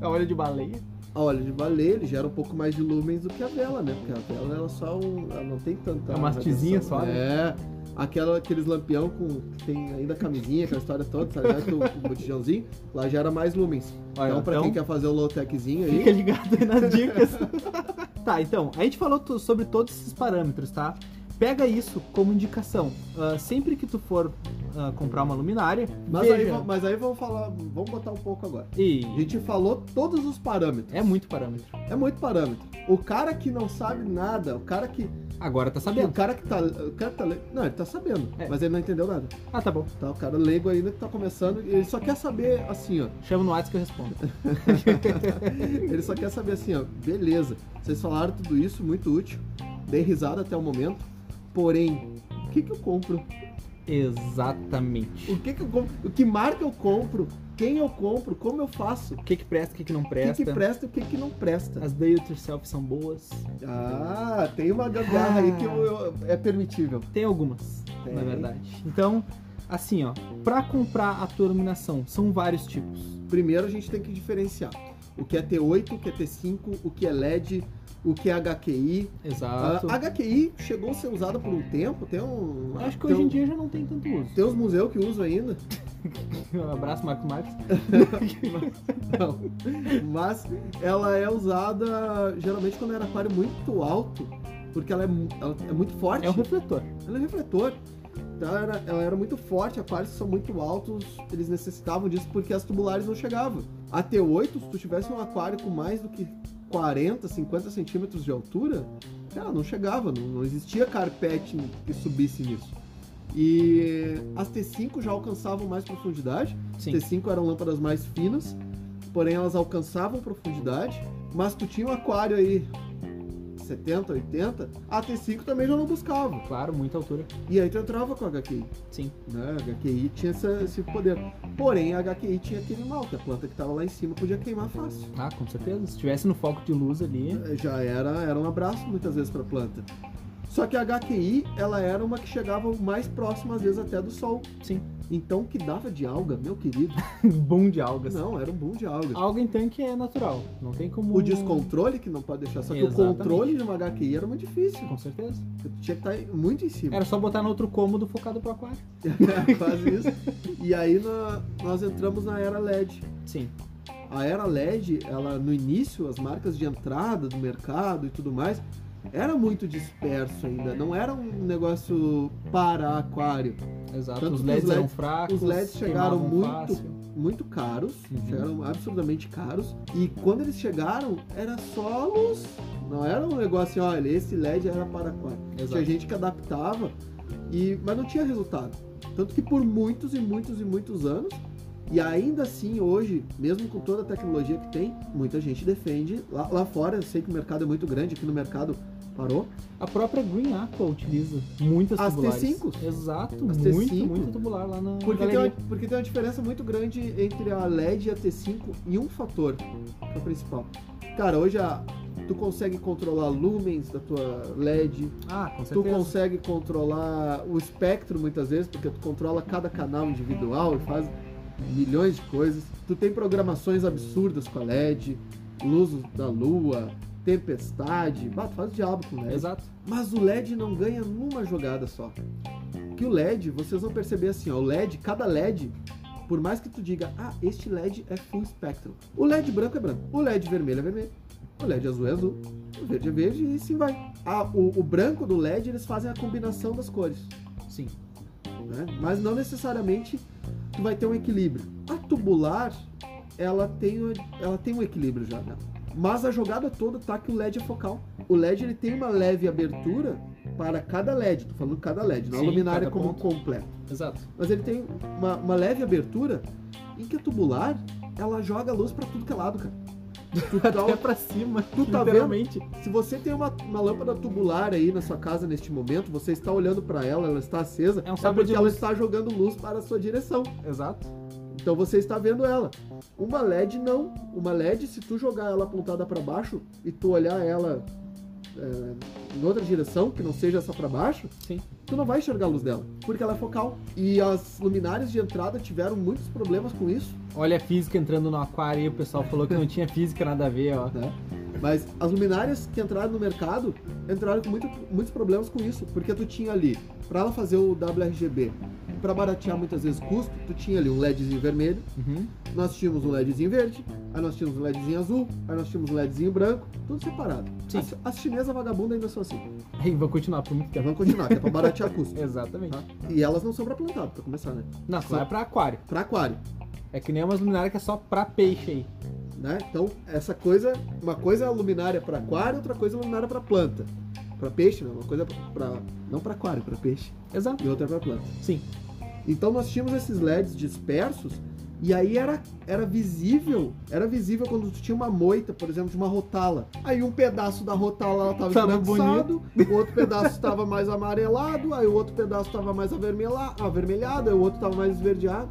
[SPEAKER 1] É óleo de baleia.
[SPEAKER 2] a óleo de baleia, ele gera um pouco mais de lumens do que a vela, né? Porque a vela ela só um- ela não tem tanta.
[SPEAKER 1] É uma hastezinha
[SPEAKER 2] radiação.
[SPEAKER 1] só, né?
[SPEAKER 2] É. Aquela, aqueles lampião com. que tem ainda camisinha, aquela história toda, tá ligado? Com o botijãozinho, lá gera mais lumens.
[SPEAKER 1] Olha,
[SPEAKER 2] então, pra
[SPEAKER 1] então,
[SPEAKER 2] quem quer fazer o low techzinho aí.
[SPEAKER 1] Fica ligado aí nas dicas. tá, então, a gente falou to- sobre todos esses parâmetros, tá? Pega isso como indicação. Ah, sempre que tu for ah, comprar uma luminária,
[SPEAKER 2] Mas
[SPEAKER 1] veja.
[SPEAKER 2] aí, va- mas aí vamos falar, vamos botar um pouco agora. A
[SPEAKER 1] E
[SPEAKER 2] gente falou todos os parâmetros.
[SPEAKER 1] é muito parâmetro.
[SPEAKER 2] É muito parâmetro. O cara que não sabe nada, o cara que.
[SPEAKER 1] Agora tá
[SPEAKER 2] O
[SPEAKER 1] sabendo.
[SPEAKER 2] cara que tá. O cara que tá le- Não, ele tá sabendo,
[SPEAKER 1] É.
[SPEAKER 2] mas ele não entendeu nada.
[SPEAKER 1] Ah, tá bom.
[SPEAKER 2] Tá? O cara leigo ainda que tá começando, ele só quer saber assim, ó.
[SPEAKER 1] Chama no WhatsApp que eu respondo.
[SPEAKER 2] Ele só quer saber assim, ó. Beleza, vocês falaram tudo isso, muito útil. Dei risada até o momento. Porém, o que que eu compro?
[SPEAKER 1] Exatamente.
[SPEAKER 2] O que que eu compro? O que marca eu compro? Quem eu compro? Como eu faço?
[SPEAKER 1] O que que presta, o que que não
[SPEAKER 2] O
[SPEAKER 1] presta.
[SPEAKER 2] que, que presta e o que, que não presta?
[SPEAKER 1] As day it yourself são boas.
[SPEAKER 2] Ah, tem uma gambiarra aí que eu- eu- é permitível.
[SPEAKER 1] Tem algumas,
[SPEAKER 2] Tem.
[SPEAKER 1] na verdade. Então, assim, ó, pra comprar a tua iluminação, são vários tipos.
[SPEAKER 2] Primeiro a gente tem que diferenciar o que é T8, o que é T5, o que é LED, o que é HQI.
[SPEAKER 1] Exato.
[SPEAKER 2] Ah, HQI chegou a ser usada por um tempo, tem um.
[SPEAKER 1] ah, Acho que
[SPEAKER 2] tem
[SPEAKER 1] hoje
[SPEAKER 2] um-
[SPEAKER 1] em dia já não tem tanto uso.
[SPEAKER 2] Tem uns museus que usam ainda.
[SPEAKER 1] Um abraço, Marcos Marques.
[SPEAKER 2] Não. Mas ela é usada geralmente quando era aquário muito alto, porque ela é, mu- ela é muito forte.
[SPEAKER 1] É um refletor.
[SPEAKER 2] Ela é refletor. Então era- ela era muito forte, aquários são muito altos, eles necessitavam disso porque as tubulares não chegavam. A T8, se tu tivesse um aquário com mais do que 40, 50 centímetros de altura, cara, não chegava, não, não existia carpete que subisse nisso. E as T5 já alcançavam mais profundidade,
[SPEAKER 1] Sim.
[SPEAKER 2] T5 eram lâmpadas mais finas, porém elas alcançavam profundidade, mas tu tinha um aquário aí 70, 80, a T5 também já não buscava.
[SPEAKER 1] Claro, muita altura.
[SPEAKER 2] E aí tu entrava com a HQI.
[SPEAKER 1] Sim.
[SPEAKER 2] Né? A HQI tinha essa- esse poder. Porém, a HQI tinha aquele mal, que a planta que tava lá em cima podia queimar fácil.
[SPEAKER 1] Ah, com certeza. Se tivesse no foco de luz ali.
[SPEAKER 2] Eh, Já era, era um abraço muitas vezes pra planta. Só que a HQI, ela era uma que chegava mais próxima, às vezes, até do sol.
[SPEAKER 1] Sim.
[SPEAKER 2] Então, o que dava de alga, meu querido?
[SPEAKER 1] Bom de algas.
[SPEAKER 2] Não, era um boom de alga.
[SPEAKER 1] Alga em tanque é natural. Não tem como.
[SPEAKER 2] O descontrole que não pode deixar. Só que o
[SPEAKER 1] Exatamente.
[SPEAKER 2] controle de uma HQI era muito difícil.
[SPEAKER 1] Com certeza.
[SPEAKER 2] Tu tinha que estar muito em cima.
[SPEAKER 1] Era só botar no outro cômodo focado pro aquário.
[SPEAKER 2] É, quase isso. E aí na- nós entramos na era LED.
[SPEAKER 1] Sim.
[SPEAKER 2] a era LED, ela no início, as marcas de entrada do mercado e tudo mais, era muito disperso ainda, não era um negócio para aquário.
[SPEAKER 1] Exato.
[SPEAKER 2] Tanto
[SPEAKER 1] os
[SPEAKER 2] que
[SPEAKER 1] LEDs
[SPEAKER 2] os
[SPEAKER 1] eram
[SPEAKER 2] LEDs
[SPEAKER 1] fracos.
[SPEAKER 2] os LEDs chegaram
[SPEAKER 1] queimavam
[SPEAKER 2] muito-
[SPEAKER 1] fácil.
[SPEAKER 2] Muito caros,
[SPEAKER 1] Uhum.
[SPEAKER 2] chegaram absurdamente caros, e quando eles chegaram, era só luz. Não era um negócio assim, olha, esse LED era para aquário. Tinha
[SPEAKER 1] Exato.
[SPEAKER 2] gente que adaptava, e, mas não tinha resultado. Tanto que por muitos e muitos e muitos anos, e ainda assim hoje, mesmo com toda a tecnologia que tem, muita gente defende. Lá, lá fora, eu sei que o mercado é muito grande, aqui no mercado parou.
[SPEAKER 1] A própria Green Aqua utiliza muitas
[SPEAKER 2] As
[SPEAKER 1] tubulares.
[SPEAKER 2] T5?
[SPEAKER 1] Exato.
[SPEAKER 2] As
[SPEAKER 1] muito,
[SPEAKER 2] T5?
[SPEAKER 1] muito tubular lá na
[SPEAKER 2] Porque tem, uma,
[SPEAKER 1] galeria.
[SPEAKER 2] porque tem uma diferença muito grande entre a LED e a T5 em um fator, que é o principal. Cara, hoje a- tu consegue controlar lumens da tua LED,
[SPEAKER 1] Ah, com
[SPEAKER 2] Tu
[SPEAKER 1] certeza.
[SPEAKER 2] consegue controlar o espectro muitas vezes, porque tu controla cada canal individual e faz milhões de coisas. Tu tem programações absurdas com a LED, luz da lua, tempestade, bah, tu faz o diabo com o LED.
[SPEAKER 1] Exato.
[SPEAKER 2] Mas o LED não ganha numa jogada só. Que o LED, vocês vão perceber assim, ó, o LED, cada LED Por mais que tu diga, ah, este LED é full spectrum. O LED branco é branco, o LED vermelho é vermelho, o LED azul é azul, o verde é verde e assim vai. Ah, o, o branco do LED eles fazem a combinação das cores,
[SPEAKER 1] Sim.
[SPEAKER 2] né? Mas não necessariamente tu vai ter um equilíbrio. A tubular, ela tem, o- ela tem um equilíbrio já, né? Mas a jogada toda tá que o LED é focal. O LED ele tem uma leve abertura para cada LED, tô falando cada LED, não a
[SPEAKER 1] Sim, cada
[SPEAKER 2] luminária como
[SPEAKER 1] ponto.
[SPEAKER 2] completo
[SPEAKER 1] Exato.
[SPEAKER 2] mas ele tem uma, uma leve abertura em que a tubular ela joga a luz pra tudo que é lado, cara. Tu dá
[SPEAKER 1] Até
[SPEAKER 2] uma-
[SPEAKER 1] pra cima,
[SPEAKER 2] Tu tá
[SPEAKER 1] literalmente.
[SPEAKER 2] se você tem uma, uma lâmpada tubular aí na sua casa neste momento, você está olhando pra ela, ela está acesa,
[SPEAKER 1] É um sabre
[SPEAKER 2] porque
[SPEAKER 1] de
[SPEAKER 2] ela
[SPEAKER 1] luz.
[SPEAKER 2] está jogando luz para a sua direção.
[SPEAKER 1] Exato.
[SPEAKER 2] Então você está vendo ela. Uma LED não. Uma LED, se tu jogar ela apontada pra baixo e tu olhar ela é, em outra direção, que não seja essa pra baixo,
[SPEAKER 1] Sim.
[SPEAKER 2] tu não vai enxergar a luz dela, porque ela é focal. E as luminárias de entrada tiveram muitos problemas com isso.
[SPEAKER 1] Olha a física entrando no aquário aí, o pessoal falou que não tinha física nada a ver, ó.
[SPEAKER 2] né? Mas as luminárias que entraram no mercado entraram com muito- muitos problemas com isso, porque tu tinha ali, para ela fazer o WRGB, para baratear muitas vezes custo, tu tinha ali um LEDzinho vermelho,
[SPEAKER 1] Uhum.
[SPEAKER 2] nós tínhamos um LEDzinho verde, aí nós tínhamos um LEDzinho azul, aí nós tínhamos um LEDzinho branco, tudo separado.
[SPEAKER 1] Sim.
[SPEAKER 2] As, as chinesas vagabundas ainda são assim,
[SPEAKER 1] E vou continuar por muito
[SPEAKER 2] que
[SPEAKER 1] tempo.
[SPEAKER 2] vão continuar, que é para baratear custo.
[SPEAKER 1] Exatamente.
[SPEAKER 2] tá? E elas não são para plantado, para começar, né?
[SPEAKER 1] Não, só é pra aquário.
[SPEAKER 2] Para aquário.
[SPEAKER 1] É que nem umas luminárias que é só pra peixe aí.
[SPEAKER 2] né? Então, essa coisa, uma coisa é a luminária para aquário, outra coisa é a luminária para planta. Para peixe, não, uma coisa para não para aquário, para peixe,
[SPEAKER 1] Exato.
[SPEAKER 2] e outra para planta.
[SPEAKER 1] Sim.
[SPEAKER 2] Então nós tínhamos esses LEDs dispersos e aí era, era visível, era visível quando tu tinha uma moita, por exemplo, de uma rotala. Aí um pedaço da rotala ela tava,
[SPEAKER 1] Tava
[SPEAKER 2] esbranquiçado, o outro pedaço estava mais amarelado, aí o outro pedaço estava mais avermela- avermelhado, aí o outro estava mais esverdeado.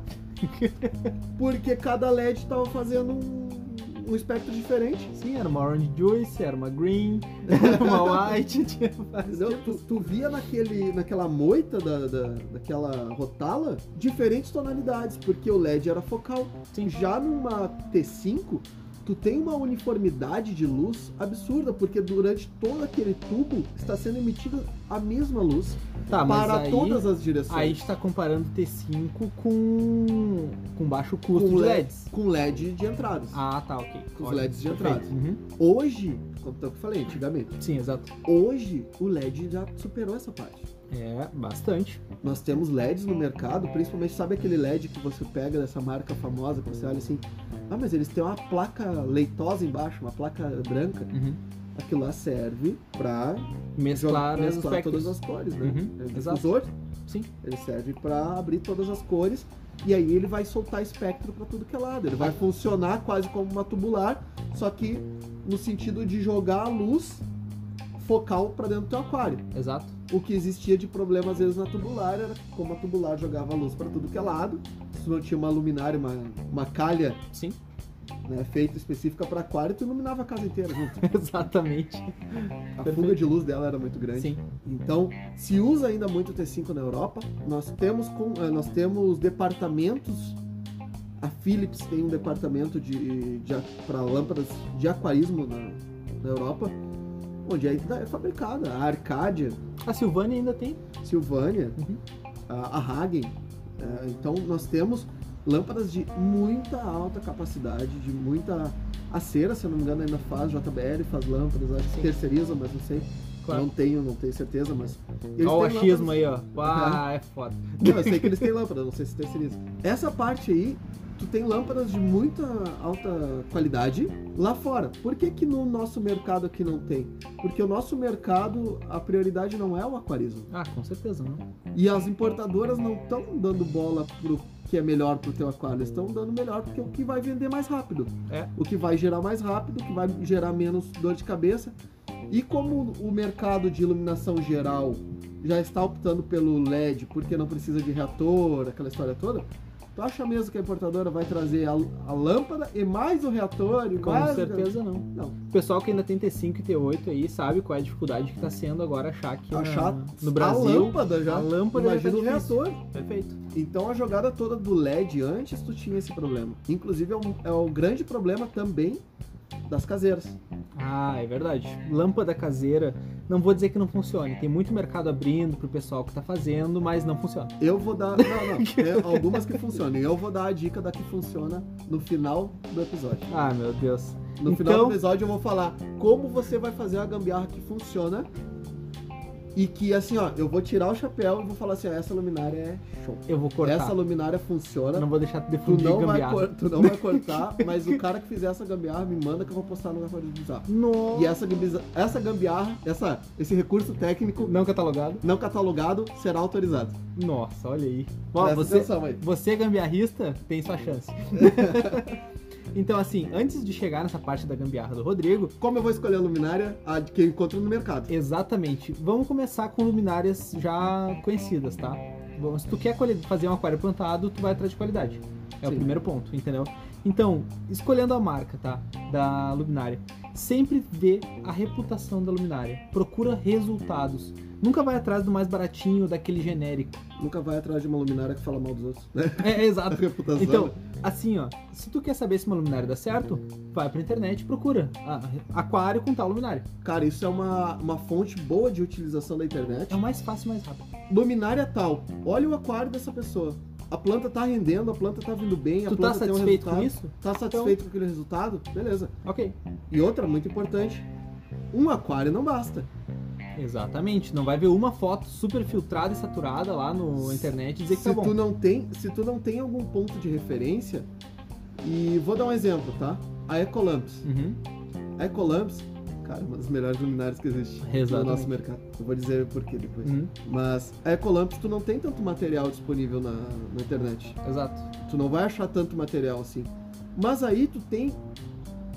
[SPEAKER 2] Porque cada LED estava fazendo um, um espectro diferente.
[SPEAKER 1] Sim, era uma orange juice, era uma green, era uma white, tinha vários
[SPEAKER 2] Entendeu? Tu, tu via naquele, naquela moita da, da, daquela rotala diferentes tonalidades, porque o LED era focal.
[SPEAKER 1] Sim.
[SPEAKER 2] Já numa T5, tu tem uma uniformidade de luz absurda, porque durante todo aquele tubo está sendo emitida a mesma luz
[SPEAKER 1] Tá, mas
[SPEAKER 2] para
[SPEAKER 1] aí,
[SPEAKER 2] todas as
[SPEAKER 1] aí a
[SPEAKER 2] direções.
[SPEAKER 1] gente tá comparando T5 com, com baixo custo
[SPEAKER 2] Com
[SPEAKER 1] de
[SPEAKER 2] LED.
[SPEAKER 1] LEDs.
[SPEAKER 2] Com LED de entradas.
[SPEAKER 1] Ah, tá, ok.
[SPEAKER 2] Com os
[SPEAKER 1] Olha,
[SPEAKER 2] LEDs de
[SPEAKER 1] perfeito.
[SPEAKER 2] entrada.
[SPEAKER 1] Uhum.
[SPEAKER 2] Hoje, como é eu falei antigamente,
[SPEAKER 1] Sim, exato.
[SPEAKER 2] hoje o LED já superou essa parte.
[SPEAKER 1] É, bastante.
[SPEAKER 2] Nós temos LEDs no mercado, principalmente, sabe aquele LED que você pega dessa marca famosa, que você olha assim, ah, mas eles têm uma placa leitosa embaixo, uma placa branca.
[SPEAKER 1] Uhum.
[SPEAKER 2] Aquilo lá serve pra
[SPEAKER 1] Mesclar,
[SPEAKER 2] jogar-
[SPEAKER 1] as
[SPEAKER 2] mesclar
[SPEAKER 1] espectros.
[SPEAKER 2] todas as cores, né?
[SPEAKER 1] Uhum,
[SPEAKER 2] É um
[SPEAKER 1] exato.
[SPEAKER 2] difusor,
[SPEAKER 1] Sim.
[SPEAKER 2] ele serve pra abrir todas as cores e aí ele vai soltar espectro pra tudo que é lado. Ele vai funcionar quase como uma tubular, só que no sentido de jogar a luz focal pra dentro do teu aquário.
[SPEAKER 1] Exato.
[SPEAKER 2] O que existia de problema às vezes na tubular era como a tubular jogava luz para tudo que é lado. Se não tinha uma luminária, uma, uma calha
[SPEAKER 1] Sim,
[SPEAKER 2] né, feita específica para aquário, tu iluminava a casa inteira junto.
[SPEAKER 1] exatamente.
[SPEAKER 2] A fuga de luz dela era muito grande.
[SPEAKER 1] Sim.
[SPEAKER 2] Então, se usa ainda muito o T5 na Europa. Nós temos, com- eh, nós temos departamentos. A Philips tem um departamento de, para lâmpadas de aquarismo na, na Europa, onde ainda é fabricada. A Arcadia,
[SPEAKER 1] A Silvânia ainda tem.
[SPEAKER 2] Silvânia,
[SPEAKER 1] Uhum.
[SPEAKER 2] a, a Hagen. Eh, então, nós temos lâmpadas de muita alta capacidade, de muita. A cera, se eu não me engano, ainda faz, JBL faz lâmpadas, acho que
[SPEAKER 1] Sim.
[SPEAKER 2] terceiriza, mas não sei.
[SPEAKER 1] Claro.
[SPEAKER 2] Não tenho, não tenho certeza, mas. eles
[SPEAKER 1] Olha o
[SPEAKER 2] têm assim. Uhum.
[SPEAKER 1] achismo
[SPEAKER 2] lâmpadas-
[SPEAKER 1] aí, ó. Ah, é foda.
[SPEAKER 2] Não, eu sei que eles têm lâmpadas, não sei se terceiriza. Essa parte aí, tu tem lâmpadas de muita alta qualidade lá fora. Por que, que no nosso mercado aqui não tem? Porque o nosso mercado, a prioridade não é o aquarismo.
[SPEAKER 1] Ah, com certeza, não.
[SPEAKER 2] E as importadoras não estão dando bola pro que é melhor pro teu aquário, eles estão dando melhor porque é o que vai vender mais rápido.
[SPEAKER 1] É.
[SPEAKER 2] O que vai gerar mais rápido, o que vai gerar menos dor de cabeça. E como o mercado de iluminação geral já está optando pelo LED porque não precisa de reator, aquela história toda, tu acha mesmo que a importadora vai trazer a, a lâmpada e mais o reator e
[SPEAKER 1] Com
[SPEAKER 2] mais...
[SPEAKER 1] certeza não.
[SPEAKER 2] Não.
[SPEAKER 1] O pessoal que ainda tem T5 e T8 aí sabe qual é a dificuldade que tá sendo agora achar aqui na-
[SPEAKER 2] Achar
[SPEAKER 1] é no
[SPEAKER 2] Tá a
[SPEAKER 1] Brasil.
[SPEAKER 2] lâmpada já.
[SPEAKER 1] a lâmpada já
[SPEAKER 2] Imagina
[SPEAKER 1] tá
[SPEAKER 2] o
[SPEAKER 1] difícil.
[SPEAKER 2] reator.
[SPEAKER 1] Perfeito.
[SPEAKER 2] Então a jogada toda do LED antes tu tinha esse problema. Inclusive é um, é um grande problema também das caseiras.
[SPEAKER 1] Ah, é verdade. Lâmpada caseira, não vou dizer que não funcione. Tem muito mercado abrindo pro pessoal que tá fazendo, mas não funciona.
[SPEAKER 2] Eu vou dar. Não, não. É algumas que funcionam. Eu vou dar a dica da que funciona no final do episódio.
[SPEAKER 1] Ah, meu Deus.
[SPEAKER 2] No final
[SPEAKER 1] Então-
[SPEAKER 2] do episódio eu vou falar como você vai fazer a gambiarra que funciona. E que assim, ó, eu vou tirar o chapéu e vou falar assim, ó, essa luminária é show.
[SPEAKER 1] Eu vou cortar.
[SPEAKER 2] Essa luminária funciona.
[SPEAKER 1] Não vou deixar tu
[SPEAKER 2] tu,
[SPEAKER 1] defundir
[SPEAKER 2] não vai
[SPEAKER 1] gambiarra.
[SPEAKER 2] cor- tu não vai cortar, mas o cara que fizer essa gambiarra me manda que eu vou postar no Gafardo Bizarro.
[SPEAKER 1] Nossa.
[SPEAKER 2] E essa, gambiza- essa gambiarra, essa, esse recurso técnico
[SPEAKER 1] Não catalogado?
[SPEAKER 2] não catalogado será autorizado.
[SPEAKER 1] Nossa, olha aí. Ó,
[SPEAKER 2] Presta
[SPEAKER 1] você,
[SPEAKER 2] atenção aí.
[SPEAKER 1] você gambiarrista tem sua chance. então, assim, antes de chegar nessa parte da gambiarra do Rodrigo,
[SPEAKER 2] Como eu vou escolher a luminária? A de que eu encontro no mercado.
[SPEAKER 1] exatamente, vamos começar com luminárias já conhecidas, tá? Bom, se tu quer colhe- fazer um aquário plantado, tu vai atrás de qualidade. É o
[SPEAKER 2] Sim.
[SPEAKER 1] primeiro ponto, entendeu? Então, escolhendo a marca, tá? Da luminária. Sempre vê a reputação da luminária. Procura resultados. Nunca vai atrás do mais baratinho, daquele genérico.
[SPEAKER 2] Nunca vai atrás de uma luminária que fala mal dos outros, né?
[SPEAKER 1] É, é
[SPEAKER 2] A
[SPEAKER 1] exato.
[SPEAKER 2] reputação.
[SPEAKER 1] Então, assim, ó, se tu quer saber se uma luminária dá certo, vai pra internet e procura. Ah, aquário com tal luminária.
[SPEAKER 2] Cara, isso é uma, uma fonte boa de utilização da internet.
[SPEAKER 1] É o mais fácil e mais rápido.
[SPEAKER 2] Luminária tal. Olha o aquário dessa pessoa. A planta tá rendendo, a planta tá vindo bem, a
[SPEAKER 1] tu tá
[SPEAKER 2] planta tem um
[SPEAKER 1] satisfeito
[SPEAKER 2] resultado.
[SPEAKER 1] com isso? Então
[SPEAKER 2] Tá satisfeito com aquele resultado? Beleza.
[SPEAKER 1] Ok.
[SPEAKER 2] E outra muito importante, um aquário não basta.
[SPEAKER 1] Exatamente. Não vai ver uma foto super filtrada e saturada lá na internet e dizer que
[SPEAKER 2] Se
[SPEAKER 1] tá bom.
[SPEAKER 2] tu não tem, se tu não tem algum ponto de referência, e vou dar um exemplo, tá? A Ecolamps.
[SPEAKER 1] Uhum.
[SPEAKER 2] A Ecolamps, cara, uma das melhores luminárias que existe no
[SPEAKER 1] Exatamente.
[SPEAKER 2] nosso mercado. Eu vou dizer por quê depois.
[SPEAKER 1] Uhum.
[SPEAKER 2] Mas a Ecolamps tu não tem tanto material disponível na, na internet.
[SPEAKER 1] Exato.
[SPEAKER 2] Tu não vai achar tanto material assim. Mas aí tu tem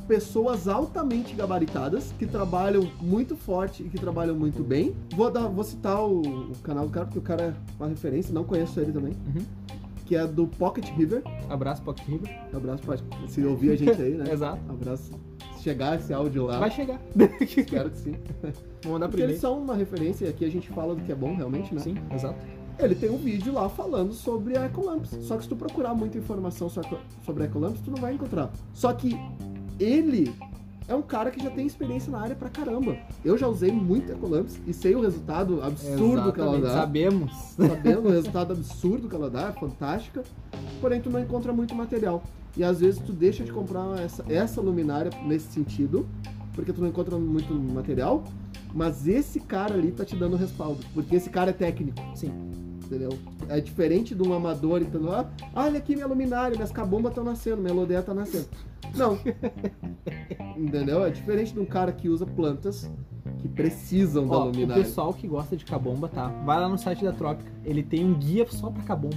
[SPEAKER 2] pessoas altamente gabaritadas que trabalham muito forte e que trabalham muito bem. Vou dar, vou citar o, o canal do cara porque o cara é uma referência, não conheço ele também,
[SPEAKER 1] Uhum.
[SPEAKER 2] que é do Pocket River.
[SPEAKER 1] Abraço, Pocket River.
[SPEAKER 2] Abraço pra se ouvir a gente aí, né?
[SPEAKER 1] Exato.
[SPEAKER 2] Abraço. Se chegar esse áudio lá,
[SPEAKER 1] É. Vai Tá chegar.
[SPEAKER 2] espero que sim.
[SPEAKER 1] Vou mandar
[SPEAKER 2] Porque
[SPEAKER 1] pra
[SPEAKER 2] eles
[SPEAKER 1] ele.
[SPEAKER 2] são uma referência e aqui a gente fala do que é bom realmente, né?
[SPEAKER 1] Sim, exato.
[SPEAKER 2] Ele tem um vídeo lá falando sobre a Ecolamps. Só que se tu procurar muita informação so- sobre a Ecolamps, tu não vai encontrar. Só que ele é um cara que já tem experiência na área pra caramba. Eu já usei muito Ecolamps e sei o resultado absurdo que ela
[SPEAKER 1] Exatamente.
[SPEAKER 2] dá.
[SPEAKER 1] Sabemos.
[SPEAKER 2] Sabendo o resultado absurdo que ela dá, é fantástica. Porém, tu não encontra muito material. E às vezes tu deixa de comprar essa, essa luminária nesse sentido, porque tu não encontra muito material. Mas esse cara ali tá te dando respaldo, porque esse cara é técnico
[SPEAKER 1] Sim.
[SPEAKER 2] entendeu? É diferente de um amador então, ah, olha aqui minha luminária, minhas cabombas estão nascendo, minha lodeia tá nascendo. Não. entendeu? É diferente de um cara que usa plantas que precisam da
[SPEAKER 1] Ó, o
[SPEAKER 2] luminária.
[SPEAKER 1] pessoal que gosta de cabomba, tá? Vai lá no site da Trópica. Ele tem um guia só pra cabomba.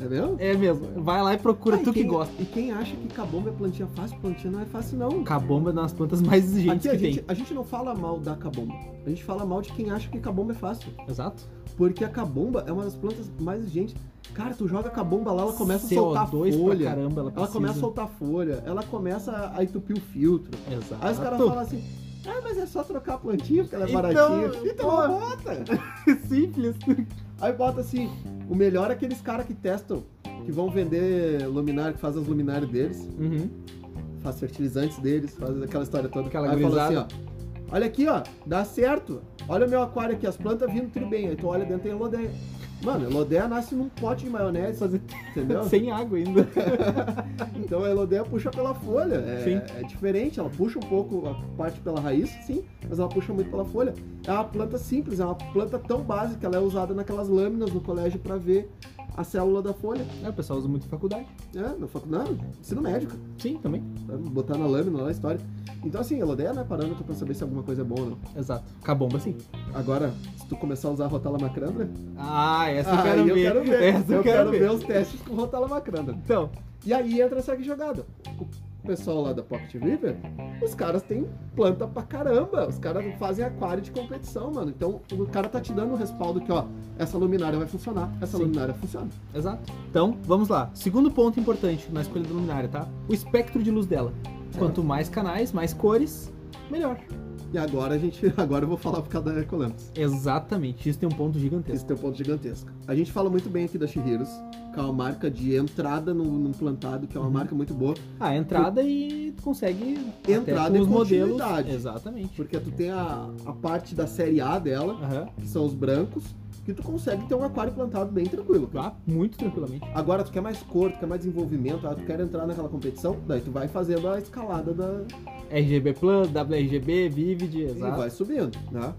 [SPEAKER 2] É mesmo?
[SPEAKER 1] É mesmo. Vai lá e procura
[SPEAKER 2] Ah, e
[SPEAKER 1] tu que
[SPEAKER 2] quem-
[SPEAKER 1] gosta.
[SPEAKER 2] E quem acha que cabomba é plantinha fácil, plantinha não é fácil não.
[SPEAKER 1] Cabomba é uma das plantas mais exigentes
[SPEAKER 2] Aqui a
[SPEAKER 1] que
[SPEAKER 2] gente, a gente não fala mal da cabomba. A gente fala mal de quem acha que cabomba é fácil.
[SPEAKER 1] tem. Exato.
[SPEAKER 2] Porque a cabomba é uma das plantas mais exigentes. Cara, tu joga a cabomba lá, ela começa a soltar
[SPEAKER 1] CO2
[SPEAKER 2] folha.
[SPEAKER 1] pra caramba, ela
[SPEAKER 2] Ela
[SPEAKER 1] precisa.
[SPEAKER 2] começa a soltar folha, ela começa a entupir o filtro.
[SPEAKER 1] Exato.
[SPEAKER 2] Aí os caras falam assim, ah, mas é só trocar a plantinha porque ela é
[SPEAKER 1] Então,
[SPEAKER 2] baratinha. Então
[SPEAKER 1] pô.
[SPEAKER 2] não bota!
[SPEAKER 1] Simples.
[SPEAKER 2] Aí bota assim, o melhor é aqueles caras que testam, que vão vender luminária, que fazem as luminárias deles,
[SPEAKER 1] Uhum.
[SPEAKER 2] faz fertilizantes deles, faz aquela história toda.
[SPEAKER 1] Aquela
[SPEAKER 2] Aí fala assim, ó,
[SPEAKER 1] gurizada.
[SPEAKER 2] olha aqui, ó, dá certo. Olha o meu aquário aqui, as plantas vindo tudo bem. Aí tu olha dentro tem lodeia. Mano, lodeia nasce num pote de maionese,
[SPEAKER 1] Fazer
[SPEAKER 2] entendeu?
[SPEAKER 1] sem água ainda.
[SPEAKER 2] Então a Elodeia puxa pela folha.
[SPEAKER 1] Sim.
[SPEAKER 2] É, é diferente, ela puxa um pouco a parte pela raiz, sim, mas ela puxa muito pela folha. É uma planta simples, é uma planta tão básica, ela é usada naquelas lâminas no colégio para ver a célula da folha.
[SPEAKER 1] É, o pessoal usa muito em faculdade.
[SPEAKER 2] É, na faculdade, não, ensino médio, cara.
[SPEAKER 1] Sim, também.
[SPEAKER 2] Tá? botar na lâmina lá a história. Então assim, Elodeia não é parâmetro pra saber se alguma coisa é boa ou não.
[SPEAKER 1] Exato. Cabomba, sim.
[SPEAKER 2] Agora, se tu começar a usar a rotala macrandra,
[SPEAKER 1] Ah, essa eu
[SPEAKER 2] aí
[SPEAKER 1] quero
[SPEAKER 2] eu
[SPEAKER 1] ver.
[SPEAKER 2] quero ver.
[SPEAKER 1] Essa eu, quero, ver.
[SPEAKER 2] os testes com rotala macrandra.
[SPEAKER 1] Então,
[SPEAKER 2] E aí entra essa jogada. O pessoal lá da Pocket River, os caras têm planta pra caramba. Os caras fazem aquário de competição, mano. Então o cara tá te dando o respaldo que, ó, essa luminária vai funcionar, essa
[SPEAKER 1] Sim.
[SPEAKER 2] luminária funciona.
[SPEAKER 1] exato. Então, vamos lá. Segundo ponto importante na escolha da É. luminária, tá? O espectro de luz dela. Quanto mais canais, mais cores, melhor.
[SPEAKER 2] E agora a gente. Agora eu vou falar por causa da Ecolamps.
[SPEAKER 1] Exatamente, isso tem um ponto gigantesco.
[SPEAKER 2] Esse tem um ponto gigantesco. A gente fala muito bem aqui da Shihiros, que é uma marca de entrada num, num plantado, que é uma
[SPEAKER 1] Uhum.
[SPEAKER 2] marca muito boa.
[SPEAKER 1] Ah, entrada e tu consegue até
[SPEAKER 2] Entrada
[SPEAKER 1] com
[SPEAKER 2] e
[SPEAKER 1] os modelos.
[SPEAKER 2] continuidade.
[SPEAKER 1] Exatamente.
[SPEAKER 2] Porque tu tem a, a parte da série A dela,
[SPEAKER 1] Aham.
[SPEAKER 2] que são os brancos, que tu consegue ter um aquário plantado bem tranquilo. cara.
[SPEAKER 1] Ah, muito tranquilamente.
[SPEAKER 2] Agora tu quer mais cor, tu quer mais desenvolvimento, ah, tu quer entrar naquela competição, daí tu vai fazendo a escalada da,
[SPEAKER 1] RGB Plus, WRGB, Vivid,
[SPEAKER 2] e
[SPEAKER 1] exato.
[SPEAKER 2] vai subindo, né?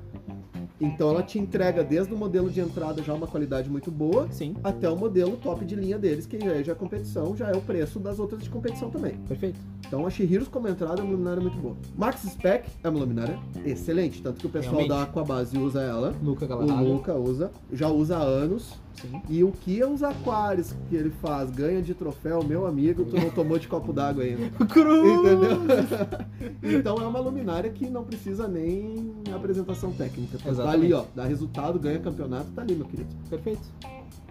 [SPEAKER 2] Então ela te entrega desde o modelo de entrada já uma qualidade muito boa,
[SPEAKER 1] Sim,
[SPEAKER 2] até o modelo top de linha deles, que aí já é competição, já é o preço das outras de competição também.
[SPEAKER 1] perfeito.
[SPEAKER 2] Então a Shihiros como entrada é uma luminária muito boa. Max Spec é uma luminária excelente, tanto que o pessoal
[SPEAKER 1] Realmente.
[SPEAKER 2] da Aquabase usa ela,
[SPEAKER 1] Luca
[SPEAKER 2] o
[SPEAKER 1] Galarraga.
[SPEAKER 2] Luca usa, já usa há anos.
[SPEAKER 1] Sim.
[SPEAKER 2] E o que os aquários que ele faz ganha de troféu, meu amigo, tu não tomou de copo d'água ainda. Entendeu?
[SPEAKER 1] Cruz!
[SPEAKER 2] então é uma luminária que não precisa nem apresentação técnica. Tá, tá
[SPEAKER 1] Exatamente.
[SPEAKER 2] ali, ó. Dá resultado, ganha campeonato, tá ali, meu querido.
[SPEAKER 1] Perfeito.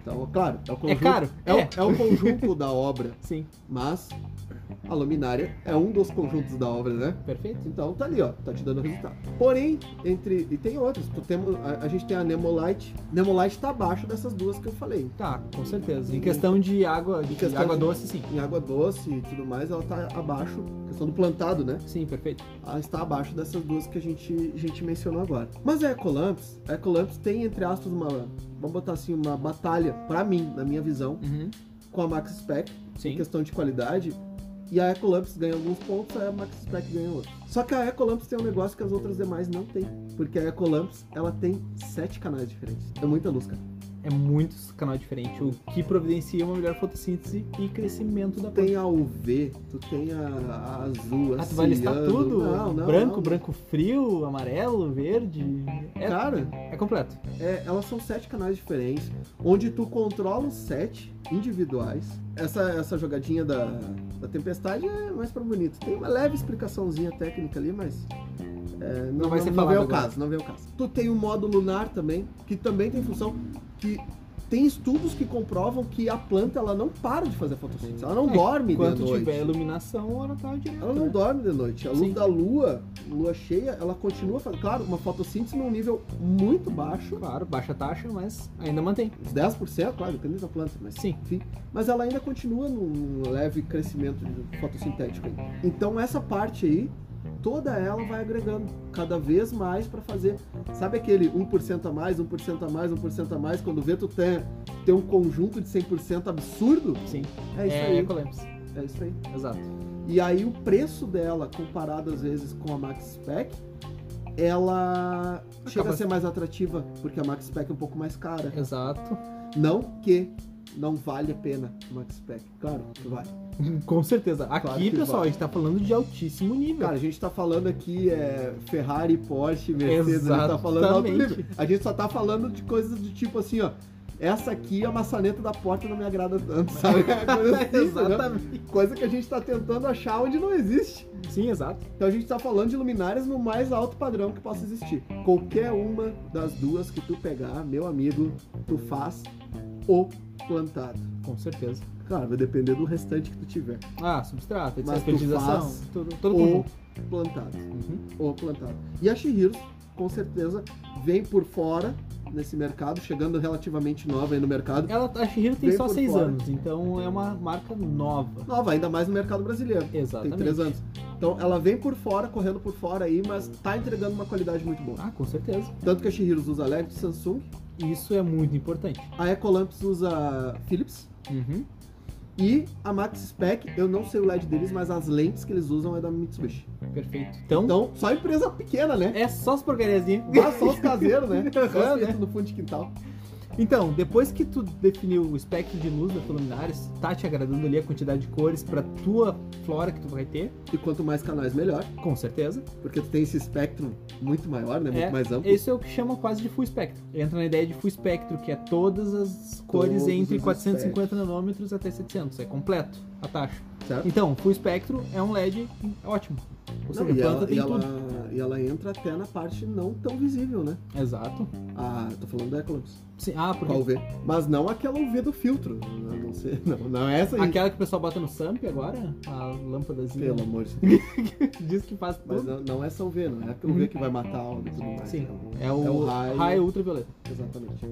[SPEAKER 2] Então, claro, é o
[SPEAKER 1] É
[SPEAKER 2] conjunto.
[SPEAKER 1] caro?
[SPEAKER 2] é o- é o conjunto da obra,
[SPEAKER 1] Sim,
[SPEAKER 2] mas a luminária é um dos conjuntos da obra, né?
[SPEAKER 1] perfeito.
[SPEAKER 2] Então tá ali, ó, tá te dando resultado. Porém, entre. E tem outras. Tu tem, a, a gente tem a Nemolite. Nemolite tá abaixo dessas duas que eu falei.
[SPEAKER 1] Tá, com certeza. Em questão de água, de
[SPEAKER 2] questão
[SPEAKER 1] água
[SPEAKER 2] de-
[SPEAKER 1] doce, sim.
[SPEAKER 2] Em água doce e tudo mais, ela tá abaixo. Questão do plantado, né?
[SPEAKER 1] Sim, perfeito.
[SPEAKER 2] ela está abaixo dessas duas que a gente, a gente mencionou agora. Mas a Ecolamps, a Ecolamps tem, entre aspas, uma. Vamos botar assim, uma batalha, pra mim, na minha visão,
[SPEAKER 1] Uhum.
[SPEAKER 2] com a Max Spec, em
[SPEAKER 1] Sim,
[SPEAKER 2] questão de qualidade. E a Ecolamps ganha alguns pontos, a Max Spec ganha outros. Só que a Ecolamps tem um negócio que as outras demais não tem. Porque a Ecolamps, ela tem sete canais diferentes. É muita luz, cara.
[SPEAKER 1] é muito canal diferente, o que providencia uma melhor fotossíntese e crescimento da
[SPEAKER 2] Tu
[SPEAKER 1] planta.
[SPEAKER 2] tem a UV, tu tem a, a azul, a
[SPEAKER 1] Ah, tu vai listar
[SPEAKER 2] ciano.
[SPEAKER 1] tudo?
[SPEAKER 2] Não, não,
[SPEAKER 1] branco,
[SPEAKER 2] não.
[SPEAKER 1] branco frio, amarelo, verde. É,
[SPEAKER 2] Cara,
[SPEAKER 1] é completo.
[SPEAKER 2] É, elas são sete canais diferentes, onde tu controla os sete individuais. Essa, essa jogadinha da, da tempestade é mais pra bonito. Tem uma leve explicaçãozinha técnica ali, mas. é, não,
[SPEAKER 1] vai ser
[SPEAKER 2] não vem
[SPEAKER 1] falado
[SPEAKER 2] ao
[SPEAKER 1] agora.
[SPEAKER 2] caso, não vem ao caso. Tu tem o modo lunar também, que também tem função que tem estudos que comprovam que a planta ela não para de fazer fotossíntese, ela não
[SPEAKER 1] É,
[SPEAKER 2] dorme de
[SPEAKER 1] Enquanto
[SPEAKER 2] noite.
[SPEAKER 1] tiver iluminação, ela tá direto.
[SPEAKER 2] Ela não
[SPEAKER 1] né?
[SPEAKER 2] dorme de noite. A luz
[SPEAKER 1] Sim.
[SPEAKER 2] da lua, lua cheia, ela continua fazendo. Claro, uma fotossíntese num nível muito baixo,
[SPEAKER 1] Claro, baixa taxa, mas ainda mantém.
[SPEAKER 2] uns 10%, claro, depende da planta, mas
[SPEAKER 1] Sim.
[SPEAKER 2] enfim. Mas ela ainda continua num leve crescimento de fotossintético. aí. Então essa parte aí, toda ela vai agregando cada vez mais para fazer. Sabe aquele 1% a mais, 1% a mais, 1% a mais, quando vê tu tem, tem um conjunto de 100% absurdo?
[SPEAKER 1] Sim.
[SPEAKER 2] É isso
[SPEAKER 1] é
[SPEAKER 2] aí,
[SPEAKER 1] Ecolamps.
[SPEAKER 2] é isso aí.
[SPEAKER 1] Exato.
[SPEAKER 2] E aí o preço dela, comparado às vezes com a Max Spec, ela chega
[SPEAKER 1] Acaba-
[SPEAKER 2] a ser mais atrativa, porque a Max Spec é um pouco mais cara.
[SPEAKER 1] Exato.
[SPEAKER 2] Não que não vale a pena o Max Pack. Claro que vale.
[SPEAKER 1] Com certeza. Aqui,
[SPEAKER 2] Claro que
[SPEAKER 1] pessoal,
[SPEAKER 2] vai.
[SPEAKER 1] a gente tá falando de altíssimo nível.
[SPEAKER 2] Cara, a gente tá falando aqui é Ferrari, Porsche, Mercedes, a gente tá falando alto
[SPEAKER 1] Exatamente.
[SPEAKER 2] nível. A gente só tá falando de coisas do tipo assim, ó. Essa aqui, é a maçaneta da porta não me agrada tanto, sabe? Coisa, assim, entendeu?
[SPEAKER 1] Exatamente.
[SPEAKER 2] coisa que a gente tá tentando achar onde não existe.
[SPEAKER 1] Sim, exato.
[SPEAKER 2] Então a gente tá falando de luminárias no mais alto padrão que possa existir. Qualquer uma das duas que tu pegar, meu amigo, tu faz o plantado.
[SPEAKER 1] Com certeza.
[SPEAKER 2] Claro, vai depender do restante que tu tiver.
[SPEAKER 1] Ah, substrato,
[SPEAKER 2] Mas tu
[SPEAKER 1] desfertilização,
[SPEAKER 2] faz
[SPEAKER 1] tudo, todo
[SPEAKER 2] ou
[SPEAKER 1] conjunto.
[SPEAKER 2] plantado.
[SPEAKER 1] Uhum.
[SPEAKER 2] Ou plantado. E a Shihiros, com certeza, vem por fora nesse mercado, chegando relativamente nova aí no mercado.
[SPEAKER 1] Ela, a Shihiro tem
[SPEAKER 2] Vem
[SPEAKER 1] só
[SPEAKER 2] por
[SPEAKER 1] seis
[SPEAKER 2] fora.
[SPEAKER 1] anos, então é uma marca nova.
[SPEAKER 2] Nova, ainda mais no mercado brasileiro. Tem
[SPEAKER 1] Exatamente.
[SPEAKER 2] três anos. Então ela vem por fora, correndo por fora aí, mas tá entregando uma qualidade muito boa.
[SPEAKER 1] Ah, com certeza.
[SPEAKER 2] Tanto que a Shihiros usa LED de Samsung,
[SPEAKER 1] Isso é muito importante.
[SPEAKER 2] a Ecolamps usa Philips
[SPEAKER 1] Uhum.
[SPEAKER 2] e a Max Spec, eu não sei o LED deles, mas as lentes que eles usam é da Mitsubishi.
[SPEAKER 1] Perfeito. Então,
[SPEAKER 2] Então, só empresa pequena, né?
[SPEAKER 1] é só as porcariazinhas.
[SPEAKER 2] Lá só os caseiros, né?
[SPEAKER 1] Aham,
[SPEAKER 2] Só
[SPEAKER 1] né?
[SPEAKER 2] né? no fundo de quintal.
[SPEAKER 1] Então, depois que tu definiu o espectro de luz da tua luminária, se tá te agradando ali a quantidade de cores pra tua flora que tu vai ter,
[SPEAKER 2] E quanto mais canais, melhor.
[SPEAKER 1] com certeza.
[SPEAKER 2] Porque tu tem esse espectro muito maior, né? Muito
[SPEAKER 1] É,
[SPEAKER 2] mais amplo.
[SPEAKER 1] Isso é o que chama quase de full espectro. Ele entra na ideia de full espectro, que é todas as cores
[SPEAKER 2] Todos
[SPEAKER 1] entre
[SPEAKER 2] os
[SPEAKER 1] 450 nanômetros até 700. É completo a taxa.
[SPEAKER 2] certo?
[SPEAKER 1] Então, full espectro é um LED ótimo. Ou
[SPEAKER 2] Não,
[SPEAKER 1] seja,
[SPEAKER 2] e,
[SPEAKER 1] a planta
[SPEAKER 2] ela,
[SPEAKER 1] tem
[SPEAKER 2] e ela-
[SPEAKER 1] tudo.
[SPEAKER 2] e ela entra até na parte não tão visível, né?
[SPEAKER 1] Exato.
[SPEAKER 2] Ah, tô falando da Eclipse.
[SPEAKER 1] Sim, ah, porque
[SPEAKER 2] Qual UV? Mas não aquela UV do filtro. Não, não sei. Não, não é essa aí.
[SPEAKER 1] aquela que o pessoal bota no Samp agora, a lâmpadazinha,
[SPEAKER 2] Pelo amor de Deus.
[SPEAKER 1] diz que faz tudo.
[SPEAKER 2] Mas não, não é essa UV, não é aquela UV que vai matar a alma e tudo mais.
[SPEAKER 1] Sim,
[SPEAKER 2] Então,
[SPEAKER 1] é o, raio...
[SPEAKER 2] raio.
[SPEAKER 1] ultravioleta.
[SPEAKER 2] Exatamente.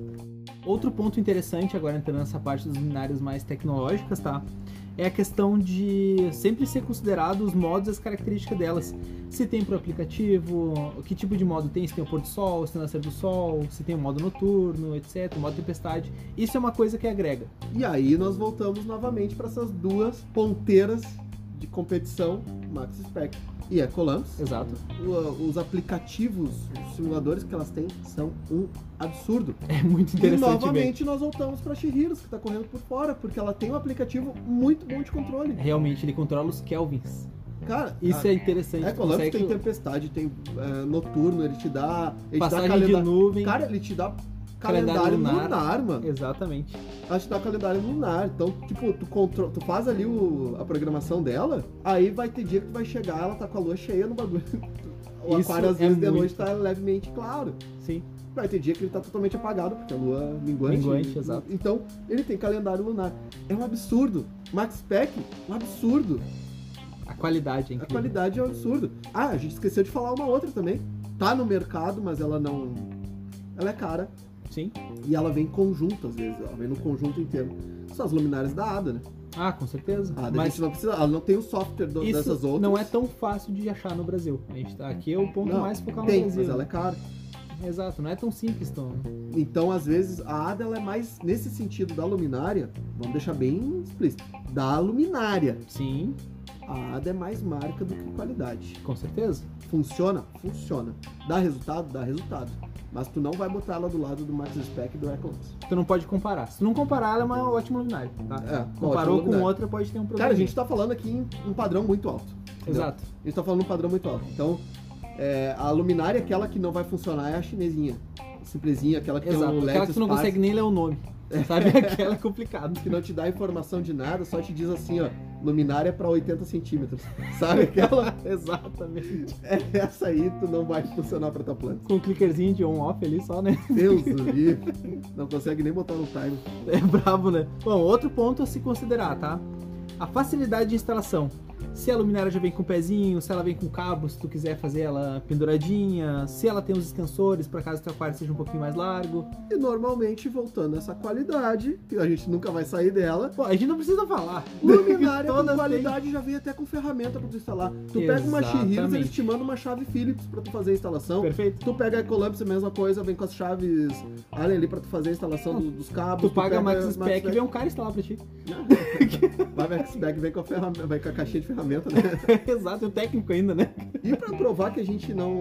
[SPEAKER 1] Outro ponto interessante, agora entrando nessa parte das luminárias mais tecnológicas, tá? É a questão de sempre ser considerado os modos e as características delas. Se tem pro aplicativo, que tipo de modo tem, se tem o pôr do sol, se tem o nascer do sol, se tem o modo noturno, etc, o modo tempestade. Isso é uma coisa que agrega.
[SPEAKER 2] E aí nós voltamos novamente para essas duas ponteiras de competição Max Spec e Ecolamps.
[SPEAKER 1] Exato.
[SPEAKER 2] O- Os aplicativos, os simuladores que elas têm são um absurdo.
[SPEAKER 1] É muito
[SPEAKER 2] E
[SPEAKER 1] interessante
[SPEAKER 2] novamente nós voltamos para Shihiros, que tá correndo por fora, porque ela tem um aplicativo muito bom de controle.
[SPEAKER 1] ver. Realmente, ele controla os Kelvins.
[SPEAKER 2] Cara,
[SPEAKER 1] Isso é interessante.
[SPEAKER 2] a
[SPEAKER 1] tu
[SPEAKER 2] Ecolamps
[SPEAKER 1] consegue
[SPEAKER 2] tem tempestade, tem é, noturno, ele te dá. Ele te dá
[SPEAKER 1] passagem de
[SPEAKER 2] calendário.
[SPEAKER 1] nuvem.
[SPEAKER 2] Cara, ele te dá
[SPEAKER 1] Calendário
[SPEAKER 2] calendário
[SPEAKER 1] lunar. É.
[SPEAKER 2] lunar, mano.
[SPEAKER 1] Exatamente.
[SPEAKER 2] Ela te dá calendário lunar. Então, tipo, tu, contro... tu faz ali o- a programação dela, aí vai ter dia que tu vai chegar, ela tá com a lua cheia no bagulho. O
[SPEAKER 1] Isso
[SPEAKER 2] aquário, às
[SPEAKER 1] é
[SPEAKER 2] vezes, de
[SPEAKER 1] muito.
[SPEAKER 2] noite tá levemente claro.
[SPEAKER 1] Sim.
[SPEAKER 2] Vai ter dia que ele tá totalmente apagado, porque a lua é minguante.
[SPEAKER 1] Minguante, exato.
[SPEAKER 2] Então, ele tem calendário lunar. É um absurdo. Max Pack, um absurdo.
[SPEAKER 1] A qualidade é
[SPEAKER 2] A
[SPEAKER 1] incrível.
[SPEAKER 2] qualidade é um absurdo. Ah, a gente esqueceu de falar uma outra também. Tá no mercado, mas ela não. Ela é cara.
[SPEAKER 1] Sim.
[SPEAKER 2] E ela vem em conjunto, às vezes, ela vem no conjunto inteiro. São as luminárias da ADA, né?
[SPEAKER 1] Ah, com certeza.
[SPEAKER 2] A ADA a
[SPEAKER 1] Mas
[SPEAKER 2] gente não precisa, ela não tem o software do- dessas
[SPEAKER 1] isso
[SPEAKER 2] outras.
[SPEAKER 1] não é tão fácil de achar no Brasil. A gente tá aqui é o ponto
[SPEAKER 2] Não,
[SPEAKER 1] mais focal
[SPEAKER 2] Tem,
[SPEAKER 1] no Brasil. né?
[SPEAKER 2] mas ela é cara.
[SPEAKER 1] Exato, não é tão simples tão.
[SPEAKER 2] Então, às vezes, a ADA ela é mais nesse sentido da luminária, vamos deixar bem explícito, da luminária.
[SPEAKER 1] Sim,
[SPEAKER 2] A ADA é mais marca do que qualidade.
[SPEAKER 1] com certeza.
[SPEAKER 2] Funciona? Funciona. Dá resultado? Dá resultado. Mas tu não vai botar ela do lado do Max Spec e do Eclipse.
[SPEAKER 1] Tu não pode comparar. Se tu não comparar, ela é uma ótima luminária, tá?
[SPEAKER 2] É,
[SPEAKER 1] Comparou
[SPEAKER 2] ótima
[SPEAKER 1] com
[SPEAKER 2] luminária.
[SPEAKER 1] outra, pode ter um problema.
[SPEAKER 2] Cara, a gente tá falando aqui em um padrão muito alto. entendeu?
[SPEAKER 1] Exato.
[SPEAKER 2] A gente tá falando um padrão muito alto. Então, é, a luminária, aquela que não vai funcionar, é a chinesinha. Simplesinha, aquela que
[SPEAKER 1] Exato.
[SPEAKER 2] tem um LED
[SPEAKER 1] Aquela que tu não
[SPEAKER 2] espaço,
[SPEAKER 1] consegue nem ler o nome. Sabe? Aquela é complicado.
[SPEAKER 2] que não te dá informação de nada, só te diz assim, ó, luminária pra 80 centímetros. Sabe aquela?
[SPEAKER 1] Exatamente.
[SPEAKER 2] É essa aí tu não vai funcionar pra tua planta.
[SPEAKER 1] Com o clickerzinho de on-off ali só, né?
[SPEAKER 2] Deus do livre. Não consegue nem botar no timer.
[SPEAKER 1] É brabo, né? Bom, outro ponto a se considerar, tá? A facilidade de instalação. Se a luminária já vem com pezinho, se ela vem com cabo, se tu quiser fazer ela penduradinha, se ela tem os extensores, para caso o teu aquário seja um pouquinho mais largo.
[SPEAKER 2] E normalmente, voltando a essa qualidade, que a gente nunca vai sair dela,
[SPEAKER 1] Bom, a gente não precisa falar.
[SPEAKER 2] Luminária com
[SPEAKER 1] Todas
[SPEAKER 2] qualidade já vem até com ferramenta pra tu instalar. Tu pega uma
[SPEAKER 1] Exatamente.
[SPEAKER 2] Shihiro, eles te mandam uma chave Phillips pra tu fazer a instalação.
[SPEAKER 1] Perfeito?
[SPEAKER 2] Tu pega a Ecolamps, a mesma coisa, vem com as chaves Allen ali pra tu fazer a instalação do- dos cabos.
[SPEAKER 1] Tu paga
[SPEAKER 2] pega
[SPEAKER 1] Max Spec e vê
[SPEAKER 2] Spec.
[SPEAKER 1] um cara instalar pra ti.
[SPEAKER 2] Vai Max Spec, vem com a ferramenta, vem com a caixinha de ferramenta, né?
[SPEAKER 1] Exato, e o técnico ainda, né?
[SPEAKER 2] E pra provar que a gente não,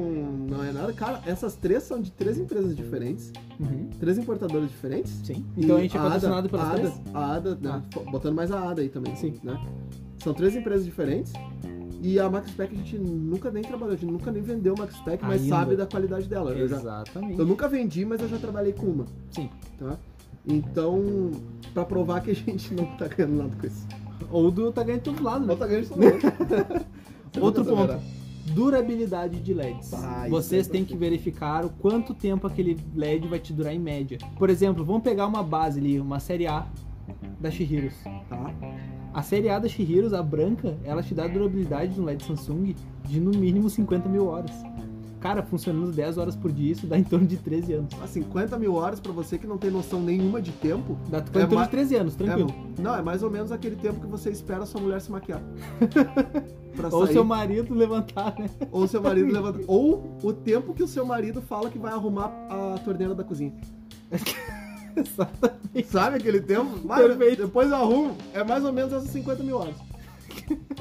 [SPEAKER 2] não é nada, cara, essas três são de três empresas diferentes,
[SPEAKER 1] Uhum.
[SPEAKER 2] três importadoras diferentes.
[SPEAKER 1] Sim. Então a gente é
[SPEAKER 2] ADA,
[SPEAKER 1] patrocinado pelas
[SPEAKER 2] a ADA,
[SPEAKER 1] três?
[SPEAKER 2] a ADA, né,
[SPEAKER 1] Ah.
[SPEAKER 2] fo- botando mais a ADA aí também,
[SPEAKER 1] Sim.
[SPEAKER 2] né? São três empresas diferentes. E a MaxPack a gente nunca nem trabalhou, a gente nunca nem vendeu MaxPack, mas
[SPEAKER 1] Ainda.
[SPEAKER 2] sabe da qualidade dela. Eu, já-
[SPEAKER 1] Exatamente.
[SPEAKER 2] eu nunca vendi, mas eu já trabalhei com uma,
[SPEAKER 1] Sim.
[SPEAKER 2] tá? Então, pra provar que a gente não tá ganhando nada com isso.
[SPEAKER 1] Ou do tá ganhando de todo lado, né?
[SPEAKER 2] Não tá ganhando isso não. Você tá
[SPEAKER 1] Outro
[SPEAKER 2] nunca saberá.
[SPEAKER 1] Durabilidade de LEDs.
[SPEAKER 2] Ah, isso
[SPEAKER 1] Vocês
[SPEAKER 2] é
[SPEAKER 1] têm que verificar o quanto tempo aquele LED vai te durar em média. Por exemplo, vamos pegar uma base ali, uma série A da Shihiros.
[SPEAKER 2] Tá.
[SPEAKER 1] A série A da Shihiros, a branca, ela te dá a durabilidade de um LED Samsung de no mínimo 50 mil horas. Cara, funcionando 10 horas por dia, isso dá em torno de 13 anos.
[SPEAKER 2] Mas 50 tá? Assim, mil horas pra você que não tem noção nenhuma de tempo.
[SPEAKER 1] Dá em torno
[SPEAKER 2] É ma-
[SPEAKER 1] de 13 anos, tranquilo.
[SPEAKER 2] É, não, é mais ou menos aquele tempo que você espera sua mulher se maquiar. Pra
[SPEAKER 1] Ou
[SPEAKER 2] sair.
[SPEAKER 1] seu marido levantar, né?
[SPEAKER 2] Ou seu marido levanta. Ou o tempo que o seu marido fala que vai arrumar a torneira da cozinha. Sabe aquele tempo? Mas
[SPEAKER 1] Perfeito.
[SPEAKER 2] Depois eu arrumo. É mais ou menos essas 50 mil horas.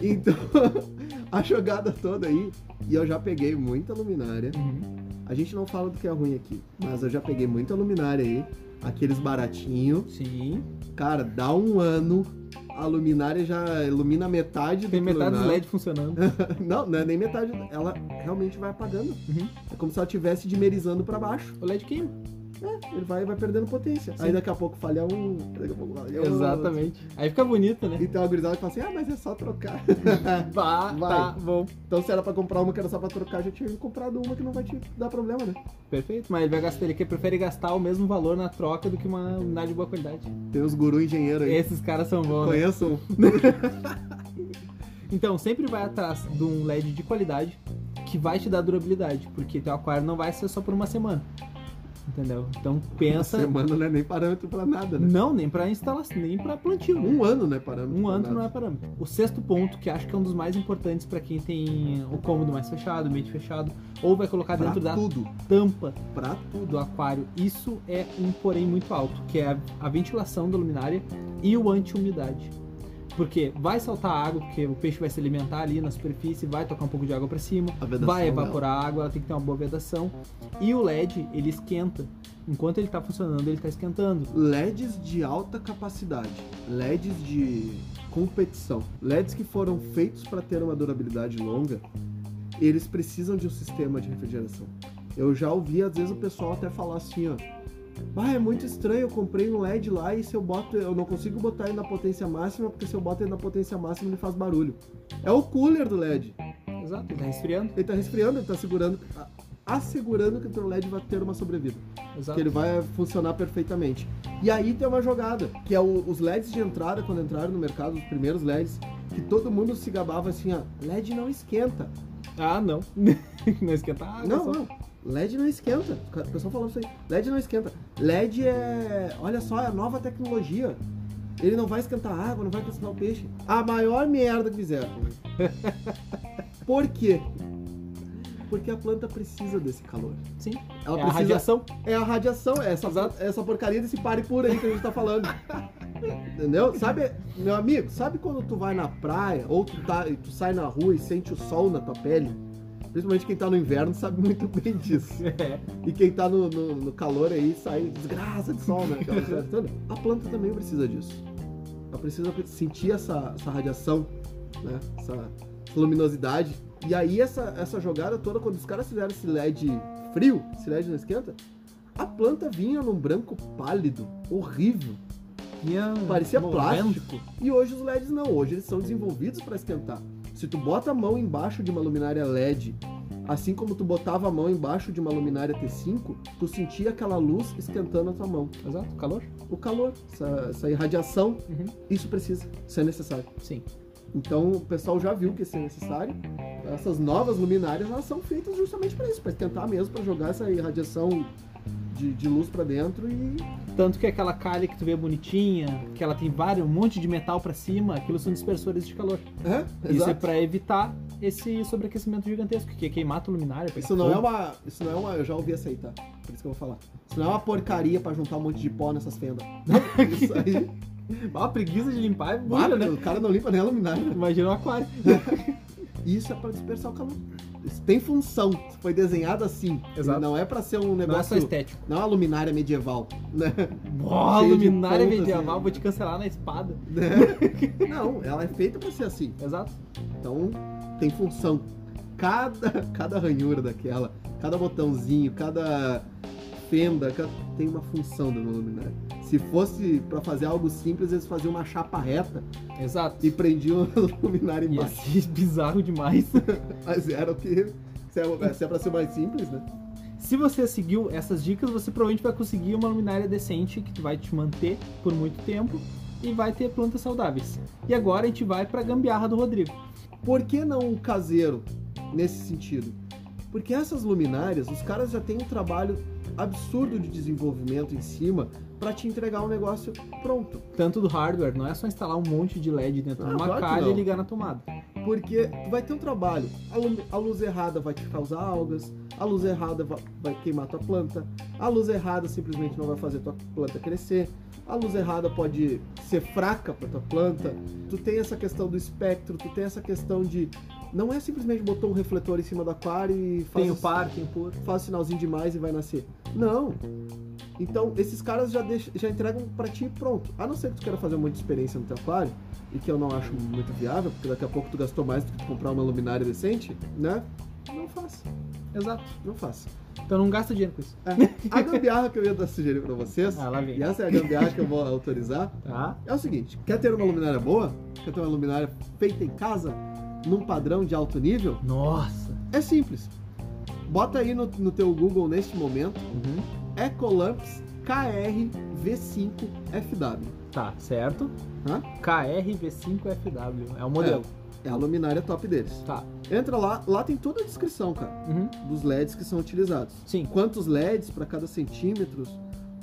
[SPEAKER 2] Então, a jogada toda aí, e eu já peguei muita luminária.
[SPEAKER 1] Uhum.
[SPEAKER 2] A gente não fala do que é ruim aqui, mas eu já peguei muita luminária aí. Aqueles baratinho.
[SPEAKER 1] Sim.
[SPEAKER 2] Cara, dá um ano, a luminária já ilumina metade
[SPEAKER 1] Tem
[SPEAKER 2] do
[SPEAKER 1] metade dos
[SPEAKER 2] luminário.
[SPEAKER 1] LED funcionando.
[SPEAKER 2] Não, não é nem metade. Ela realmente vai apagando.
[SPEAKER 1] Uhum.
[SPEAKER 2] É como se ela estivesse dimerizando pra baixo.
[SPEAKER 1] O LED queima.
[SPEAKER 2] É, ele vai, vai perdendo potência.
[SPEAKER 1] Sim.
[SPEAKER 2] Aí daqui a pouco falha um, daqui a pouco falha outro.
[SPEAKER 1] Exatamente. Aí fica bonito, né?
[SPEAKER 2] Então a gurizada fala assim, ah, mas é só trocar.
[SPEAKER 1] Bah,
[SPEAKER 2] Vai.
[SPEAKER 1] tá bom.
[SPEAKER 2] então se era pra comprar uma que era só pra trocar, já tinha comprado uma que não vai te dar problema, né?
[SPEAKER 1] Perfeito. Mas ele vai gastar, ele que- prefere gastar o mesmo valor na troca do que uma unidade de boa qualidade.
[SPEAKER 2] Tem os guru engenheiro aí.
[SPEAKER 1] Esses caras são bons, é né?
[SPEAKER 2] Conheço um.
[SPEAKER 1] Então, sempre vai atrás de um LED de qualidade que vai te dar durabilidade, porque teu aquário não vai ser só por uma semana. Entendeu? Então pensa.
[SPEAKER 2] Semana não é nem parâmetro pra nada, né?
[SPEAKER 1] Não, nem pra instalação, nem pra plantio. né?
[SPEAKER 2] Um ano, né? Parâmetro.
[SPEAKER 1] Um
[SPEAKER 2] pra
[SPEAKER 1] ano não
[SPEAKER 2] nada.
[SPEAKER 1] é parâmetro. O sexto ponto, que acho que é um dos mais importantes pra quem tem o cômodo mais fechado, o ambiente fechado, ou vai colocar
[SPEAKER 2] Pra
[SPEAKER 1] dentro da
[SPEAKER 2] tudo.
[SPEAKER 1] tampa
[SPEAKER 2] Pra tudo.
[SPEAKER 1] do aquário. Isso é um porém muito alto, que é a, a ventilação da luminária e o anti-umidade. Porque vai saltar água, porque o peixe vai se alimentar ali na superfície, vai tocar um pouco de água pra cima,
[SPEAKER 2] A vedação né? é um
[SPEAKER 1] vai
[SPEAKER 2] dela.
[SPEAKER 1] evaporar a água, ela tem que ter uma boa vedação. E o LED, ele esquenta. Enquanto ele tá funcionando, ele tá esquentando.
[SPEAKER 2] LEDs de alta capacidade, LEDs de competição, LEDs que foram feitos para ter uma durabilidade longa, eles precisam de um sistema de refrigeração. Eu já ouvi às vezes o pessoal até falar assim, ó, ah, é muito estranho, eu comprei um LED lá e se eu boto, eu não consigo botar ele na potência máxima porque se eu boto ele na potência máxima ele faz barulho. É o cooler do LED.
[SPEAKER 1] Exato, ele tá resfriando.
[SPEAKER 2] Ele tá resfriando, ele tá segurando, a- assegurando que o teu LED vai ter uma sobrevida que
[SPEAKER 1] Exato.
[SPEAKER 2] ele vai funcionar perfeitamente. E aí tem uma jogada, que é o- os LEDs de entrada, quando entraram no mercado, os primeiros LEDs, que todo mundo se gabava assim, ó, LED não esquenta.
[SPEAKER 1] Ah, não. não esquenta a água.
[SPEAKER 2] não,
[SPEAKER 1] só.
[SPEAKER 2] não, LED não esquenta. O pessoal falando isso aí, LED não esquenta. LED é, olha só, é a nova tecnologia. Ele não vai esquentar a água, não vai cozinhar o peixe. A maior merda que fizeram. Por quê? Porque a planta precisa desse calor.
[SPEAKER 1] Sim.
[SPEAKER 2] Ela
[SPEAKER 1] é a
[SPEAKER 2] precisa
[SPEAKER 1] radiação.
[SPEAKER 2] é a radiação, é essa,
[SPEAKER 1] Exato.
[SPEAKER 2] essa porcaria desse pare por aí que a gente tá falando. Entendeu? Sabe, meu amigo, sabe quando tu vai na praia ou tu, tá, tu sai na rua e sente o sol na tua pele? Principalmente quem tá no inverno sabe muito bem disso.
[SPEAKER 1] É.
[SPEAKER 2] E quem tá no, no- no calor aí sai desgraça de sol, né? Aquela coisa toda. A planta também precisa disso. Ela precisa sentir essa, essa radiação, né? Essa, essa luminosidade. E aí essa, essa jogada toda, quando os caras fizeram esse LED frio, esse LED não esquenta, a planta vinha num branco pálido, horrível. Parecia
[SPEAKER 1] plástico.
[SPEAKER 2] E hoje os LEDs não, hoje eles são desenvolvidos para esquentar. Se tu bota a mão embaixo de uma luminária LED, assim como tu botava a mão embaixo de uma luminária T5, tu sentia aquela luz esquentando a tua mão.
[SPEAKER 1] Exato, calor.
[SPEAKER 2] O calor, essa, essa irradiação,
[SPEAKER 1] Uhum.
[SPEAKER 2] isso precisa, isso é necessário.
[SPEAKER 1] Sim.
[SPEAKER 2] Então o pessoal já viu que isso é necessário. Essas novas luminárias elas são feitas justamente para isso, para esquentar mesmo, para jogar essa irradiação de, de luz para dentro e
[SPEAKER 1] Tanto que aquela calha que tu vê bonitinha, que ela tem vários, um monte de metal pra cima, aquilo são dispersores de calor.
[SPEAKER 2] é,
[SPEAKER 1] Isso é
[SPEAKER 2] exato.
[SPEAKER 1] pra evitar esse sobreaquecimento gigantesco, que é queimar tua luminária.
[SPEAKER 2] Isso não é uma. Isso não é uma. Eu já ouvi aceitar. Por isso que eu vou falar. Isso não é uma porcaria pra juntar um monte de pó nessas fendas. Não, isso aí.
[SPEAKER 1] uma preguiça de limpar, é
[SPEAKER 2] Para, né? O cara não limpa nem a luminária.
[SPEAKER 1] Imagina um aquário.
[SPEAKER 2] Isso é pra dispersar o calor. Isso tem função. Isso foi desenhado assim.
[SPEAKER 1] Exato.
[SPEAKER 2] Ele não é pra ser um
[SPEAKER 1] Não é só
[SPEAKER 2] negócio.
[SPEAKER 1] estético.
[SPEAKER 2] Não é uma luminária medieval, né?
[SPEAKER 1] Ó,
[SPEAKER 2] Cheio de
[SPEAKER 1] luminária
[SPEAKER 2] pontas,
[SPEAKER 1] medieval,
[SPEAKER 2] né?
[SPEAKER 1] vou te cancelar na espada.
[SPEAKER 2] Né? Não, ela é feita pra ser assim.
[SPEAKER 1] Exato.
[SPEAKER 2] Então, tem função. Cada, cada ranhura daquela, cada botãozinho, cada fenda, ca- tem uma função do luminária. Se fosse pra fazer algo simples, eles faziam uma chapa reta
[SPEAKER 1] Exato.
[SPEAKER 2] e prendiam a luminária
[SPEAKER 1] Ia
[SPEAKER 2] embaixo.
[SPEAKER 1] ser é bizarro demais.
[SPEAKER 2] Mas era o que. Se é, se é pra ser mais simples, né?
[SPEAKER 1] Se você seguiu essas dicas, você provavelmente vai conseguir uma luminária decente que vai te manter por muito tempo e vai ter plantas saudáveis. E agora a gente vai pra gambiarra do Rodrigo.
[SPEAKER 2] Por que não o caseiro nesse sentido? Porque essas luminárias, os caras já têm um trabalho absurdo de desenvolvimento em cima pra te entregar um negócio pronto.
[SPEAKER 1] Tanto do hardware, não é só instalar um monte de LED dentro
[SPEAKER 2] Ah,
[SPEAKER 1] de uma
[SPEAKER 2] claro que
[SPEAKER 1] calha e
[SPEAKER 2] não.
[SPEAKER 1] ligar na tomada.
[SPEAKER 2] Porque tu vai ter um trabalho. A lu- A luz errada vai te causar algas, a luz errada va- vai queimar tua planta, a luz errada simplesmente não vai fazer tua planta crescer, a luz errada pode ser fraca para tua planta. Tu tem essa questão do espectro, tu tem essa questão de não é simplesmente botar um refletor em cima da aquário e faz
[SPEAKER 1] Tem o
[SPEAKER 2] o-
[SPEAKER 1] par, tem o puro.
[SPEAKER 2] faz o sinalzinho demais e vai nascer. Não. Então, esses caras já, deixam, já entregam pra ti e pronto. A não ser que tu queira fazer muita experiência no teu aquário, e que eu não acho muito viável, porque daqui a pouco tu gastou mais do que tu comprar uma luminária decente, né?
[SPEAKER 1] Não faça. Exato.
[SPEAKER 2] Não faça.
[SPEAKER 1] Então não gasta dinheiro com isso.
[SPEAKER 2] É. A gambiarra que eu ia dar sugerir pra vocês,
[SPEAKER 1] Ah, lá
[SPEAKER 2] e
[SPEAKER 1] vem.
[SPEAKER 2] essa é a gambiarra que eu vou autorizar,
[SPEAKER 1] Tá?
[SPEAKER 2] é o seguinte: quer ter uma luminária boa? Quer ter uma luminária feita em casa? Num padrão de alto nível?
[SPEAKER 1] Nossa.
[SPEAKER 2] É simples. Bota aí no, no teu Google neste momento
[SPEAKER 1] Uhum.
[SPEAKER 2] Ecolamps KR-V5 FW.
[SPEAKER 1] Tá, certo.
[SPEAKER 2] Hã?
[SPEAKER 1] KRV5FW. É o modelo.
[SPEAKER 2] É a luminária top deles.
[SPEAKER 1] Tá.
[SPEAKER 2] Entra lá, lá tem toda a descrição, cara,
[SPEAKER 1] Uhum.
[SPEAKER 2] dos LEDs que são utilizados.
[SPEAKER 1] Sim.
[SPEAKER 2] Quantos LEDs para cada centímetros,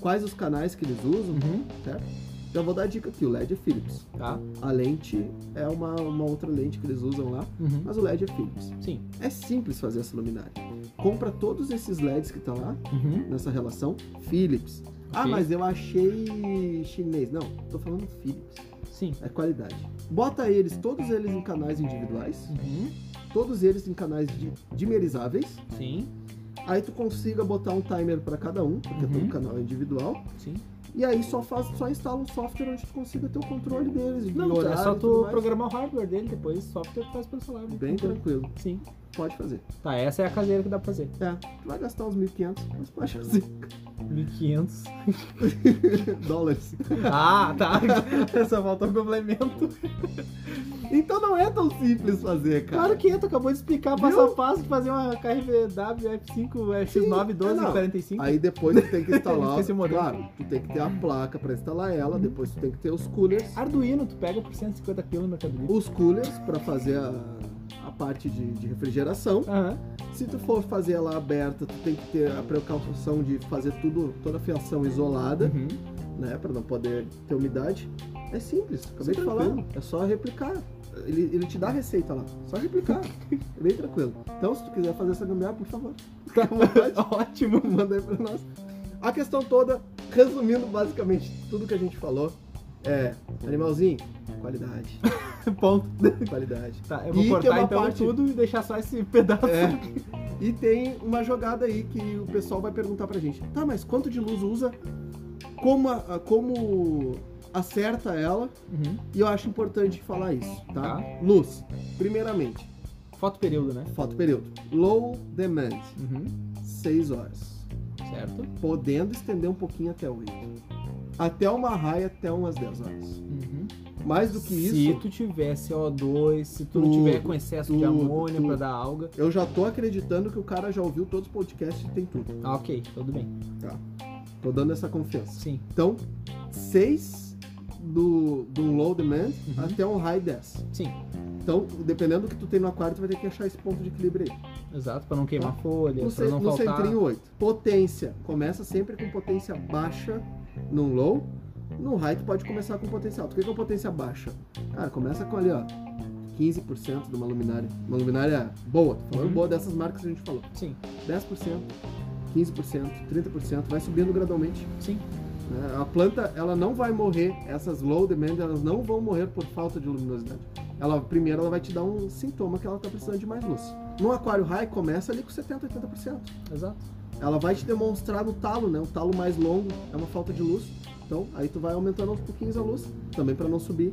[SPEAKER 2] quais os canais que eles usam,
[SPEAKER 1] Uhum.
[SPEAKER 2] certo? Já vou dar a dica aqui, o LED é Philips.
[SPEAKER 1] Tá.
[SPEAKER 2] A lente é uma, uma outra lente que eles usam lá,
[SPEAKER 1] Uhum.
[SPEAKER 2] mas o LED é Philips.
[SPEAKER 1] Sim.
[SPEAKER 2] É simples fazer essa luminária. Compra todos esses LEDs que tá lá,
[SPEAKER 1] Uhum.
[SPEAKER 2] nessa relação, Philips. Ah,
[SPEAKER 1] Ok.
[SPEAKER 2] mas eu achei chinês. Não, tô falando Philips.
[SPEAKER 1] Sim.
[SPEAKER 2] É qualidade. Bota eles, todos eles em canais individuais,
[SPEAKER 1] Uhum.
[SPEAKER 2] todos eles em canais di- dimerizáveis.
[SPEAKER 1] Sim.
[SPEAKER 2] Aí tu consiga botar um timer pra cada um, porque
[SPEAKER 1] Uhum.
[SPEAKER 2] todo canal é individual.
[SPEAKER 1] Sim.
[SPEAKER 2] E aí só faz, só instala um software onde tu consiga ter o controle deles. de
[SPEAKER 1] Não, é
[SPEAKER 2] horário
[SPEAKER 1] só
[SPEAKER 2] tá, e tudo
[SPEAKER 1] tu
[SPEAKER 2] mais.
[SPEAKER 1] programar o hardware dele, depois o software faz pelo celular.
[SPEAKER 2] Bem tranquilo,
[SPEAKER 1] Sim.
[SPEAKER 2] pode fazer.
[SPEAKER 1] Tá, essa é a caseira que dá pra fazer.
[SPEAKER 2] É, tu vai gastar uns 1.500, mas pode fazer.
[SPEAKER 1] 1500.
[SPEAKER 2] Dólares.
[SPEAKER 1] Ah, tá. Só faltou um complemento.
[SPEAKER 2] Então não é tão simples fazer, cara.
[SPEAKER 1] Claro que é, tu acabou de explicar passo a passo fazer uma KRVW F5, é, X9, 12,
[SPEAKER 2] é, não.
[SPEAKER 1] 45.
[SPEAKER 2] Aí depois tu tem que instalar.
[SPEAKER 1] Esqueci o modelo.
[SPEAKER 2] claro, tu tem que ter a placa pra instalar
[SPEAKER 1] Uhum.
[SPEAKER 2] ela, depois tu tem que ter os coolers.
[SPEAKER 1] Arduino, tu pega por 150 pila no Mercado Livre.
[SPEAKER 2] Os coolers pra fazer a, a parte de, de refrigeração.
[SPEAKER 1] Aham.
[SPEAKER 2] Se tu for fazer ela aberta, tu tem que ter a precaução de fazer tudo, toda a fiação isolada,
[SPEAKER 1] Uhum.
[SPEAKER 2] né? Pra não poder ter umidade. É simples, acabei
[SPEAKER 1] Sim,
[SPEAKER 2] de falar.
[SPEAKER 1] tranquilo.
[SPEAKER 2] É só replicar. Ele, ele te dá a receita lá. Só replicar. é bem tranquilo. Então, se tu quiser fazer essa gambiarra, por favor. Tá à vontade.
[SPEAKER 1] Ótimo.
[SPEAKER 2] Manda aí pra nós. A questão toda, resumindo basicamente tudo que a gente falou, é animalzinho, qualidade,
[SPEAKER 1] Ponto.
[SPEAKER 2] qualidade.
[SPEAKER 1] Tá, eu vou
[SPEAKER 2] E tem
[SPEAKER 1] cortar
[SPEAKER 2] uma
[SPEAKER 1] então
[SPEAKER 2] parte-
[SPEAKER 1] tudo e deixar só esse pedaço.
[SPEAKER 2] É. E tem uma jogada aí que o pessoal vai perguntar pra gente. Tá, mas quanto de luz usa? Como, a- a- como acerta ela?
[SPEAKER 1] Uhum.
[SPEAKER 2] E eu acho importante falar isso, tá?
[SPEAKER 1] Tá.
[SPEAKER 2] Luz, primeiramente,
[SPEAKER 1] Foto período, né?
[SPEAKER 2] foto período. Low demand,
[SPEAKER 1] Uhum.
[SPEAKER 2] 6 horas.
[SPEAKER 1] Certo.
[SPEAKER 2] Podendo estender um pouquinho até 8. Até uma raia, até umas 10 horas.
[SPEAKER 1] Uhum.
[SPEAKER 2] Mais do que
[SPEAKER 1] se
[SPEAKER 2] isso,
[SPEAKER 1] tu tiver CO2, se tu não
[SPEAKER 2] Tudo,
[SPEAKER 1] tiver com excesso de
[SPEAKER 2] tudo,
[SPEAKER 1] amônia pra
[SPEAKER 2] tudo.
[SPEAKER 1] dar alga.
[SPEAKER 2] eu já tô acreditando que o cara já ouviu todos os podcasts e tem tudo.
[SPEAKER 1] Ah, ok, tudo bem.
[SPEAKER 2] Tô dando essa confiança.
[SPEAKER 1] Sim.
[SPEAKER 2] Então, 6 do, do low demand
[SPEAKER 1] Uhum.
[SPEAKER 2] até um high 10.
[SPEAKER 1] Sim,
[SPEAKER 2] Então, dependendo do que tu tem no aquário, tu vai ter que achar esse ponto de equilíbrio aí.
[SPEAKER 1] exato, pra não queimar
[SPEAKER 2] Tá.
[SPEAKER 1] folha,
[SPEAKER 2] No,
[SPEAKER 1] pra
[SPEAKER 2] ce-
[SPEAKER 1] não
[SPEAKER 2] no
[SPEAKER 1] faltar.
[SPEAKER 2] centrinho 8. Potência. Começa sempre com potência baixa num low. No high, tu pode começar com potência alta. O que que é uma potência baixa? Cara, começa com ali, ó. 15% de uma luminária. Uma luminária boa. Tô falando
[SPEAKER 1] Uhum.
[SPEAKER 2] boa dessas marcas que a gente falou.
[SPEAKER 1] Sim,
[SPEAKER 2] 10%, 15%, 30%, vai subindo gradualmente.
[SPEAKER 1] sim,
[SPEAKER 2] né? A planta, ela não vai morrer, essas low demand, elas não vão morrer por falta de luminosidade. Ela, primeiro, ela vai te dar um sintoma que ela está precisando de mais luz. No aquário high, começa ali com 70%, 80%.
[SPEAKER 1] exato.
[SPEAKER 2] Ela vai te demonstrar no talo, né? O talo mais longo é uma falta de luz. Então, aí tu vai aumentando aos pouquinhos a luz, também para não subir,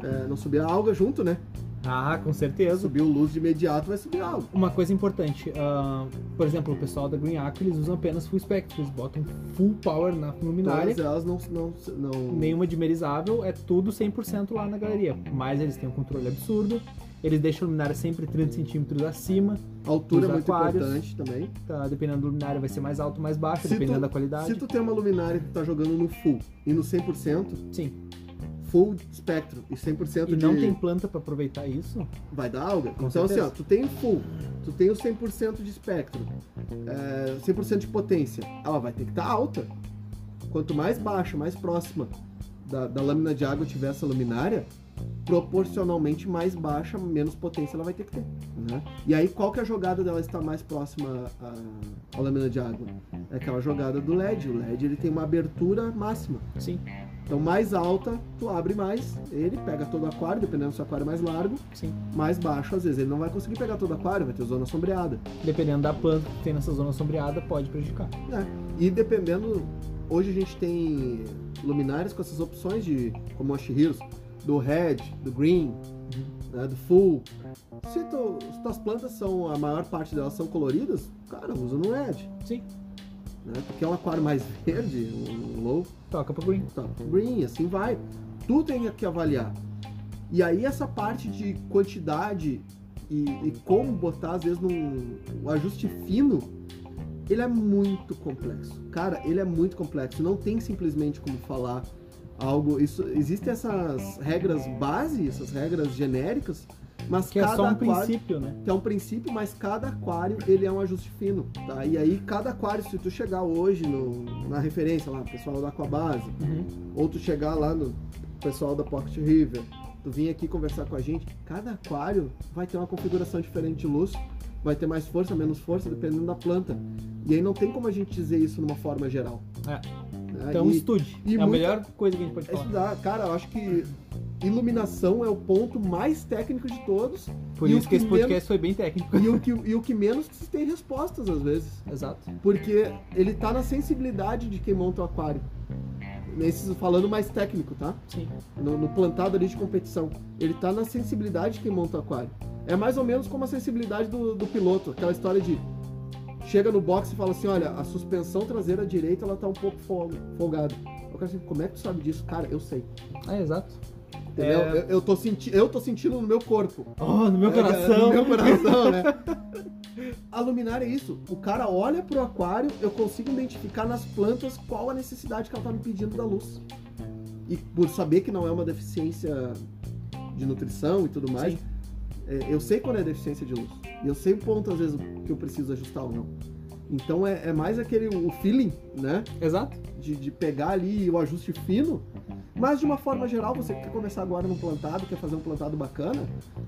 [SPEAKER 2] é, não subir a alga junto, né?
[SPEAKER 1] Ah, com certeza.
[SPEAKER 2] Subiu luz de imediato, vai subir a alga.
[SPEAKER 1] Uma coisa importante, ah, por exemplo, o pessoal da Green Aqua, eles usam apenas full spectrum, eles botam full power na luminária,
[SPEAKER 2] Todas Então, elas não, não, não,
[SPEAKER 1] nenhuma dimerizável, é tudo 100% lá na galeria. Mas eles têm um controle absurdo, eles deixam a luminária sempre 30 centímetros acima,
[SPEAKER 2] A altura é
[SPEAKER 1] Os
[SPEAKER 2] muito
[SPEAKER 1] aquários.
[SPEAKER 2] importante também.
[SPEAKER 1] tá, dependendo do luminária vai ser mais alto, mais baixo,
[SPEAKER 2] Se
[SPEAKER 1] dependendo
[SPEAKER 2] tu-
[SPEAKER 1] da qualidade.
[SPEAKER 2] Se tu tem uma luminária que tu tá jogando no full e no 100%,
[SPEAKER 1] Sim,
[SPEAKER 2] full espectro e 100%
[SPEAKER 1] e
[SPEAKER 2] de...
[SPEAKER 1] não tem planta pra aproveitar isso,
[SPEAKER 2] Vai dar alga.
[SPEAKER 1] Com
[SPEAKER 2] então
[SPEAKER 1] certeza.
[SPEAKER 2] assim, ó, tu tem o full, tu tem o 100% de espectro, é, 100% de potência. Ela vai ter que estar alta. Quanto mais baixa, mais próxima da, da lâmina de água tiver essa luminária, proporcionalmente mais baixa, menos potência ela vai ter que ter. né? E aí, qual que é a jogada dela estar mais próxima à, à lâmina de água? É aquela jogada do LED. O LED ele tem uma abertura máxima.
[SPEAKER 1] sim,
[SPEAKER 2] Então, mais alta, tu abre mais, ele pega todo o aquário, dependendo se o aquário é mais largo,
[SPEAKER 1] sim.
[SPEAKER 2] mais baixo, às vezes ele não vai conseguir pegar todo o aquário, vai ter zona sombreada.
[SPEAKER 1] Dependendo da planta que tem nessa zona sombreada, pode prejudicar.
[SPEAKER 2] né? E dependendo, hoje a gente tem luminárias com essas opções de, como o Ashiris, do red, do green, né, do full, Se, tu, se tuas plantas são, a maior parte delas são coloridas, cara, usa no LED.
[SPEAKER 1] Sim.
[SPEAKER 2] Né? Tu quer um aquário mais verde, um low
[SPEAKER 1] Toca pro green.
[SPEAKER 2] top green, assim vai. Tu tem que avaliar. E aí essa parte de quantidade e, e como botar, às vezes, num um ajuste fino, ele é muito complexo. Cara, ele é muito complexo. Não tem simplesmente como falar algo. Isso, existem essas regras base, essas regras genéricas, mas
[SPEAKER 1] Que
[SPEAKER 2] cada
[SPEAKER 1] é só um
[SPEAKER 2] aquário-
[SPEAKER 1] princípio, né?
[SPEAKER 2] que é um princípio, mas cada aquário ele é um ajuste fino, tá? E aí cada aquário, se tu chegar hoje no- na referência lá, pessoal da Aquabase,
[SPEAKER 1] Uhum.
[SPEAKER 2] ou tu chegar lá no pessoal da Pocket River, tu vir aqui conversar com a gente, cada aquário vai ter uma configuração diferente de luz, vai ter mais força, menos força, dependendo da planta. E aí não tem como a gente dizer isso de uma forma geral.
[SPEAKER 1] É.
[SPEAKER 2] né?
[SPEAKER 1] Então
[SPEAKER 2] E-
[SPEAKER 1] estude.
[SPEAKER 2] e
[SPEAKER 1] é a
[SPEAKER 2] muita-
[SPEAKER 1] melhor coisa que a gente pode
[SPEAKER 2] é
[SPEAKER 1] falar.
[SPEAKER 2] estudar, cara, eu acho que iluminação é o ponto mais técnico de todos
[SPEAKER 1] Por
[SPEAKER 2] E
[SPEAKER 1] isso
[SPEAKER 2] o
[SPEAKER 1] que esse
[SPEAKER 2] primeiro-
[SPEAKER 1] podcast foi bem técnico.
[SPEAKER 2] e o que, e o que menos se tem respostas às vezes.
[SPEAKER 1] Exato.
[SPEAKER 2] porque ele tá na sensibilidade de quem monta o aquário. Nesse, falando mais técnico, tá?
[SPEAKER 1] Sim.
[SPEAKER 2] No, no plantado ali de competição. Ele tá na sensibilidade de quem monta o aquário. É mais ou menos como a sensibilidade do, do piloto, aquela história de chega no box e fala assim, olha, a suspensão traseira direita ela tá um pouco fol- folgada. Eu quero assim, como é que tu sabe disso? Cara, eu sei.
[SPEAKER 1] É, exato.
[SPEAKER 2] Entendeu?
[SPEAKER 1] É.
[SPEAKER 2] Eu, eu tô senti eu tô sentindo no meu corpo.
[SPEAKER 1] Oh, no meu
[SPEAKER 2] É,
[SPEAKER 1] coração.
[SPEAKER 2] no meu coração, né? A luminária é isso. O cara olha pro aquário, eu consigo identificar nas plantas qual a necessidade que ela tá me pedindo da luz. E por saber que não é uma deficiência de nutrição e tudo mais,
[SPEAKER 1] Sim.
[SPEAKER 2] é, eu sei quando é deficiência de luz. E eu sei o ponto, às vezes, que eu preciso ajustar ou não. Então é, é mais aquele o feeling, né?
[SPEAKER 1] Exato.
[SPEAKER 2] de, de pegar ali o ajuste fino. Mas de uma forma geral, você que quer começar agora num plantado, quer fazer um plantado bacana,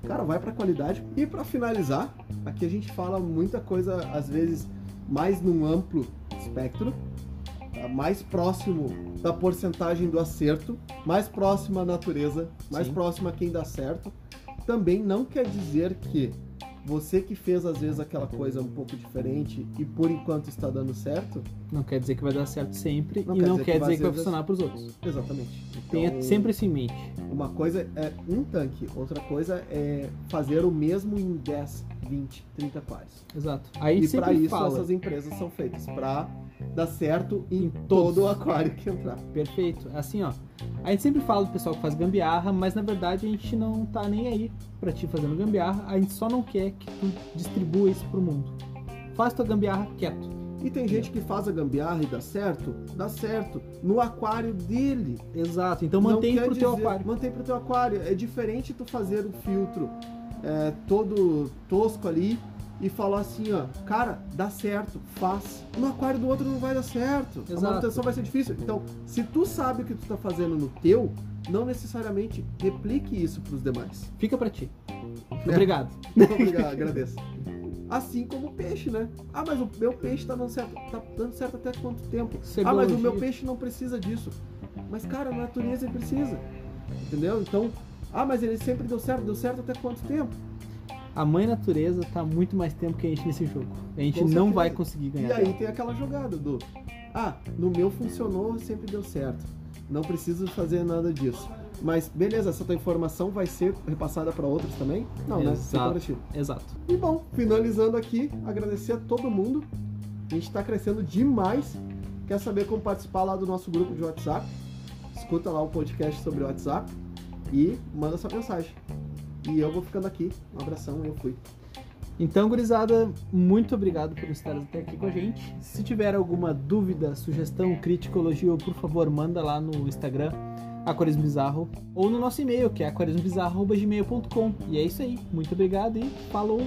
[SPEAKER 2] cara, vai pra qualidade. E pra finalizar, aqui a gente fala muita coisa, às vezes, mais num amplo espectro, tá? mais próximo da porcentagem do acerto, mais próximo à natureza, mais
[SPEAKER 1] Sim.
[SPEAKER 2] próximo a quem dá certo. Também não quer dizer que você que fez às vezes aquela coisa um pouco diferente e por enquanto está dando certo,
[SPEAKER 1] Não quer dizer que vai dar certo sempre
[SPEAKER 2] Não
[SPEAKER 1] e
[SPEAKER 2] quer
[SPEAKER 1] não
[SPEAKER 2] dizer que
[SPEAKER 1] quer
[SPEAKER 2] vai
[SPEAKER 1] dizer que vai
[SPEAKER 2] ser-
[SPEAKER 1] funcionar pros outros.
[SPEAKER 2] exatamente. Então,
[SPEAKER 1] Tenha sempre isso em mente.
[SPEAKER 2] Uma coisa é um tanque, outra coisa é fazer o mesmo em 10, 20, 30 aquários.
[SPEAKER 1] Exato. Aí a
[SPEAKER 2] E
[SPEAKER 1] gente
[SPEAKER 2] para
[SPEAKER 1] sempre
[SPEAKER 2] isso
[SPEAKER 1] fala.
[SPEAKER 2] essas empresas são feitas, para dar certo em,
[SPEAKER 1] Em todos.
[SPEAKER 2] todo o aquário que entrar.
[SPEAKER 1] Perfeito. Assim, ó. A gente sempre fala do pessoal que faz gambiarra, mas na verdade a gente não tá nem aí pra ti fazendo gambiarra. A gente só não quer que tu distribua isso pro mundo. Faz tua gambiarra quieto.
[SPEAKER 2] E tem gente que faz a gambiarra e dá certo, dá certo no aquário dele.
[SPEAKER 1] Exato. Então
[SPEAKER 2] Não
[SPEAKER 1] mantém
[SPEAKER 2] quer
[SPEAKER 1] pro teu
[SPEAKER 2] dizer-
[SPEAKER 1] aquário.
[SPEAKER 2] Mantém pro teu aquário. É diferente tu fazer um filtro é, todo tosco ali e falar assim, ó, cara, dá certo, faz. No aquário do outro não vai dar certo.
[SPEAKER 1] Exato.
[SPEAKER 2] A manutenção vai ser difícil. Então, se tu sabe o que tu tá fazendo no teu, não necessariamente replique isso pros demais.
[SPEAKER 1] Fica pra ti.
[SPEAKER 2] É.
[SPEAKER 1] Obrigado.
[SPEAKER 2] Muito obrigado, agradeço. Assim como o peixe, né? Ah, mas o meu peixe tá dando certo, tá dando certo até quanto tempo? Ah, mas o meu
[SPEAKER 1] Cebologia.
[SPEAKER 2] peixe não precisa disso. Mas, cara, a natureza precisa. Entendeu? Então, ah, mas ele sempre deu certo. Deu certo até quanto tempo?
[SPEAKER 1] A mãe natureza tá muito mais tempo que a gente nesse jogo. A gente
[SPEAKER 2] Com
[SPEAKER 1] não
[SPEAKER 2] certeza.
[SPEAKER 1] vai conseguir ganhar.
[SPEAKER 2] E aí tem aquela jogada do... Ah, no meu funcionou, sempre deu certo. Não preciso fazer nada disso. Mas, beleza, essa tua informação vai ser repassada para outros também? Não, né? Fica
[SPEAKER 1] Exato.
[SPEAKER 2] pra ti.
[SPEAKER 1] Exato.
[SPEAKER 2] E bom, finalizando aqui, agradecer a todo mundo. A gente está crescendo demais. Quer saber como participar lá do nosso grupo de WhatsApp? Escuta lá o podcast sobre o WhatsApp e manda sua mensagem. E eu vou ficando aqui. Um abração, eu fui.
[SPEAKER 1] Então, gurizada, muito obrigado por estar até aqui com a gente. Se tiver alguma dúvida, sugestão, crítica, elogio, por favor, manda lá no Instagram, Aquarismo Bizarro, ou no nosso e-mail, que é aquarismobizarro.gmail.com. E é isso aí. Muito obrigado e falou!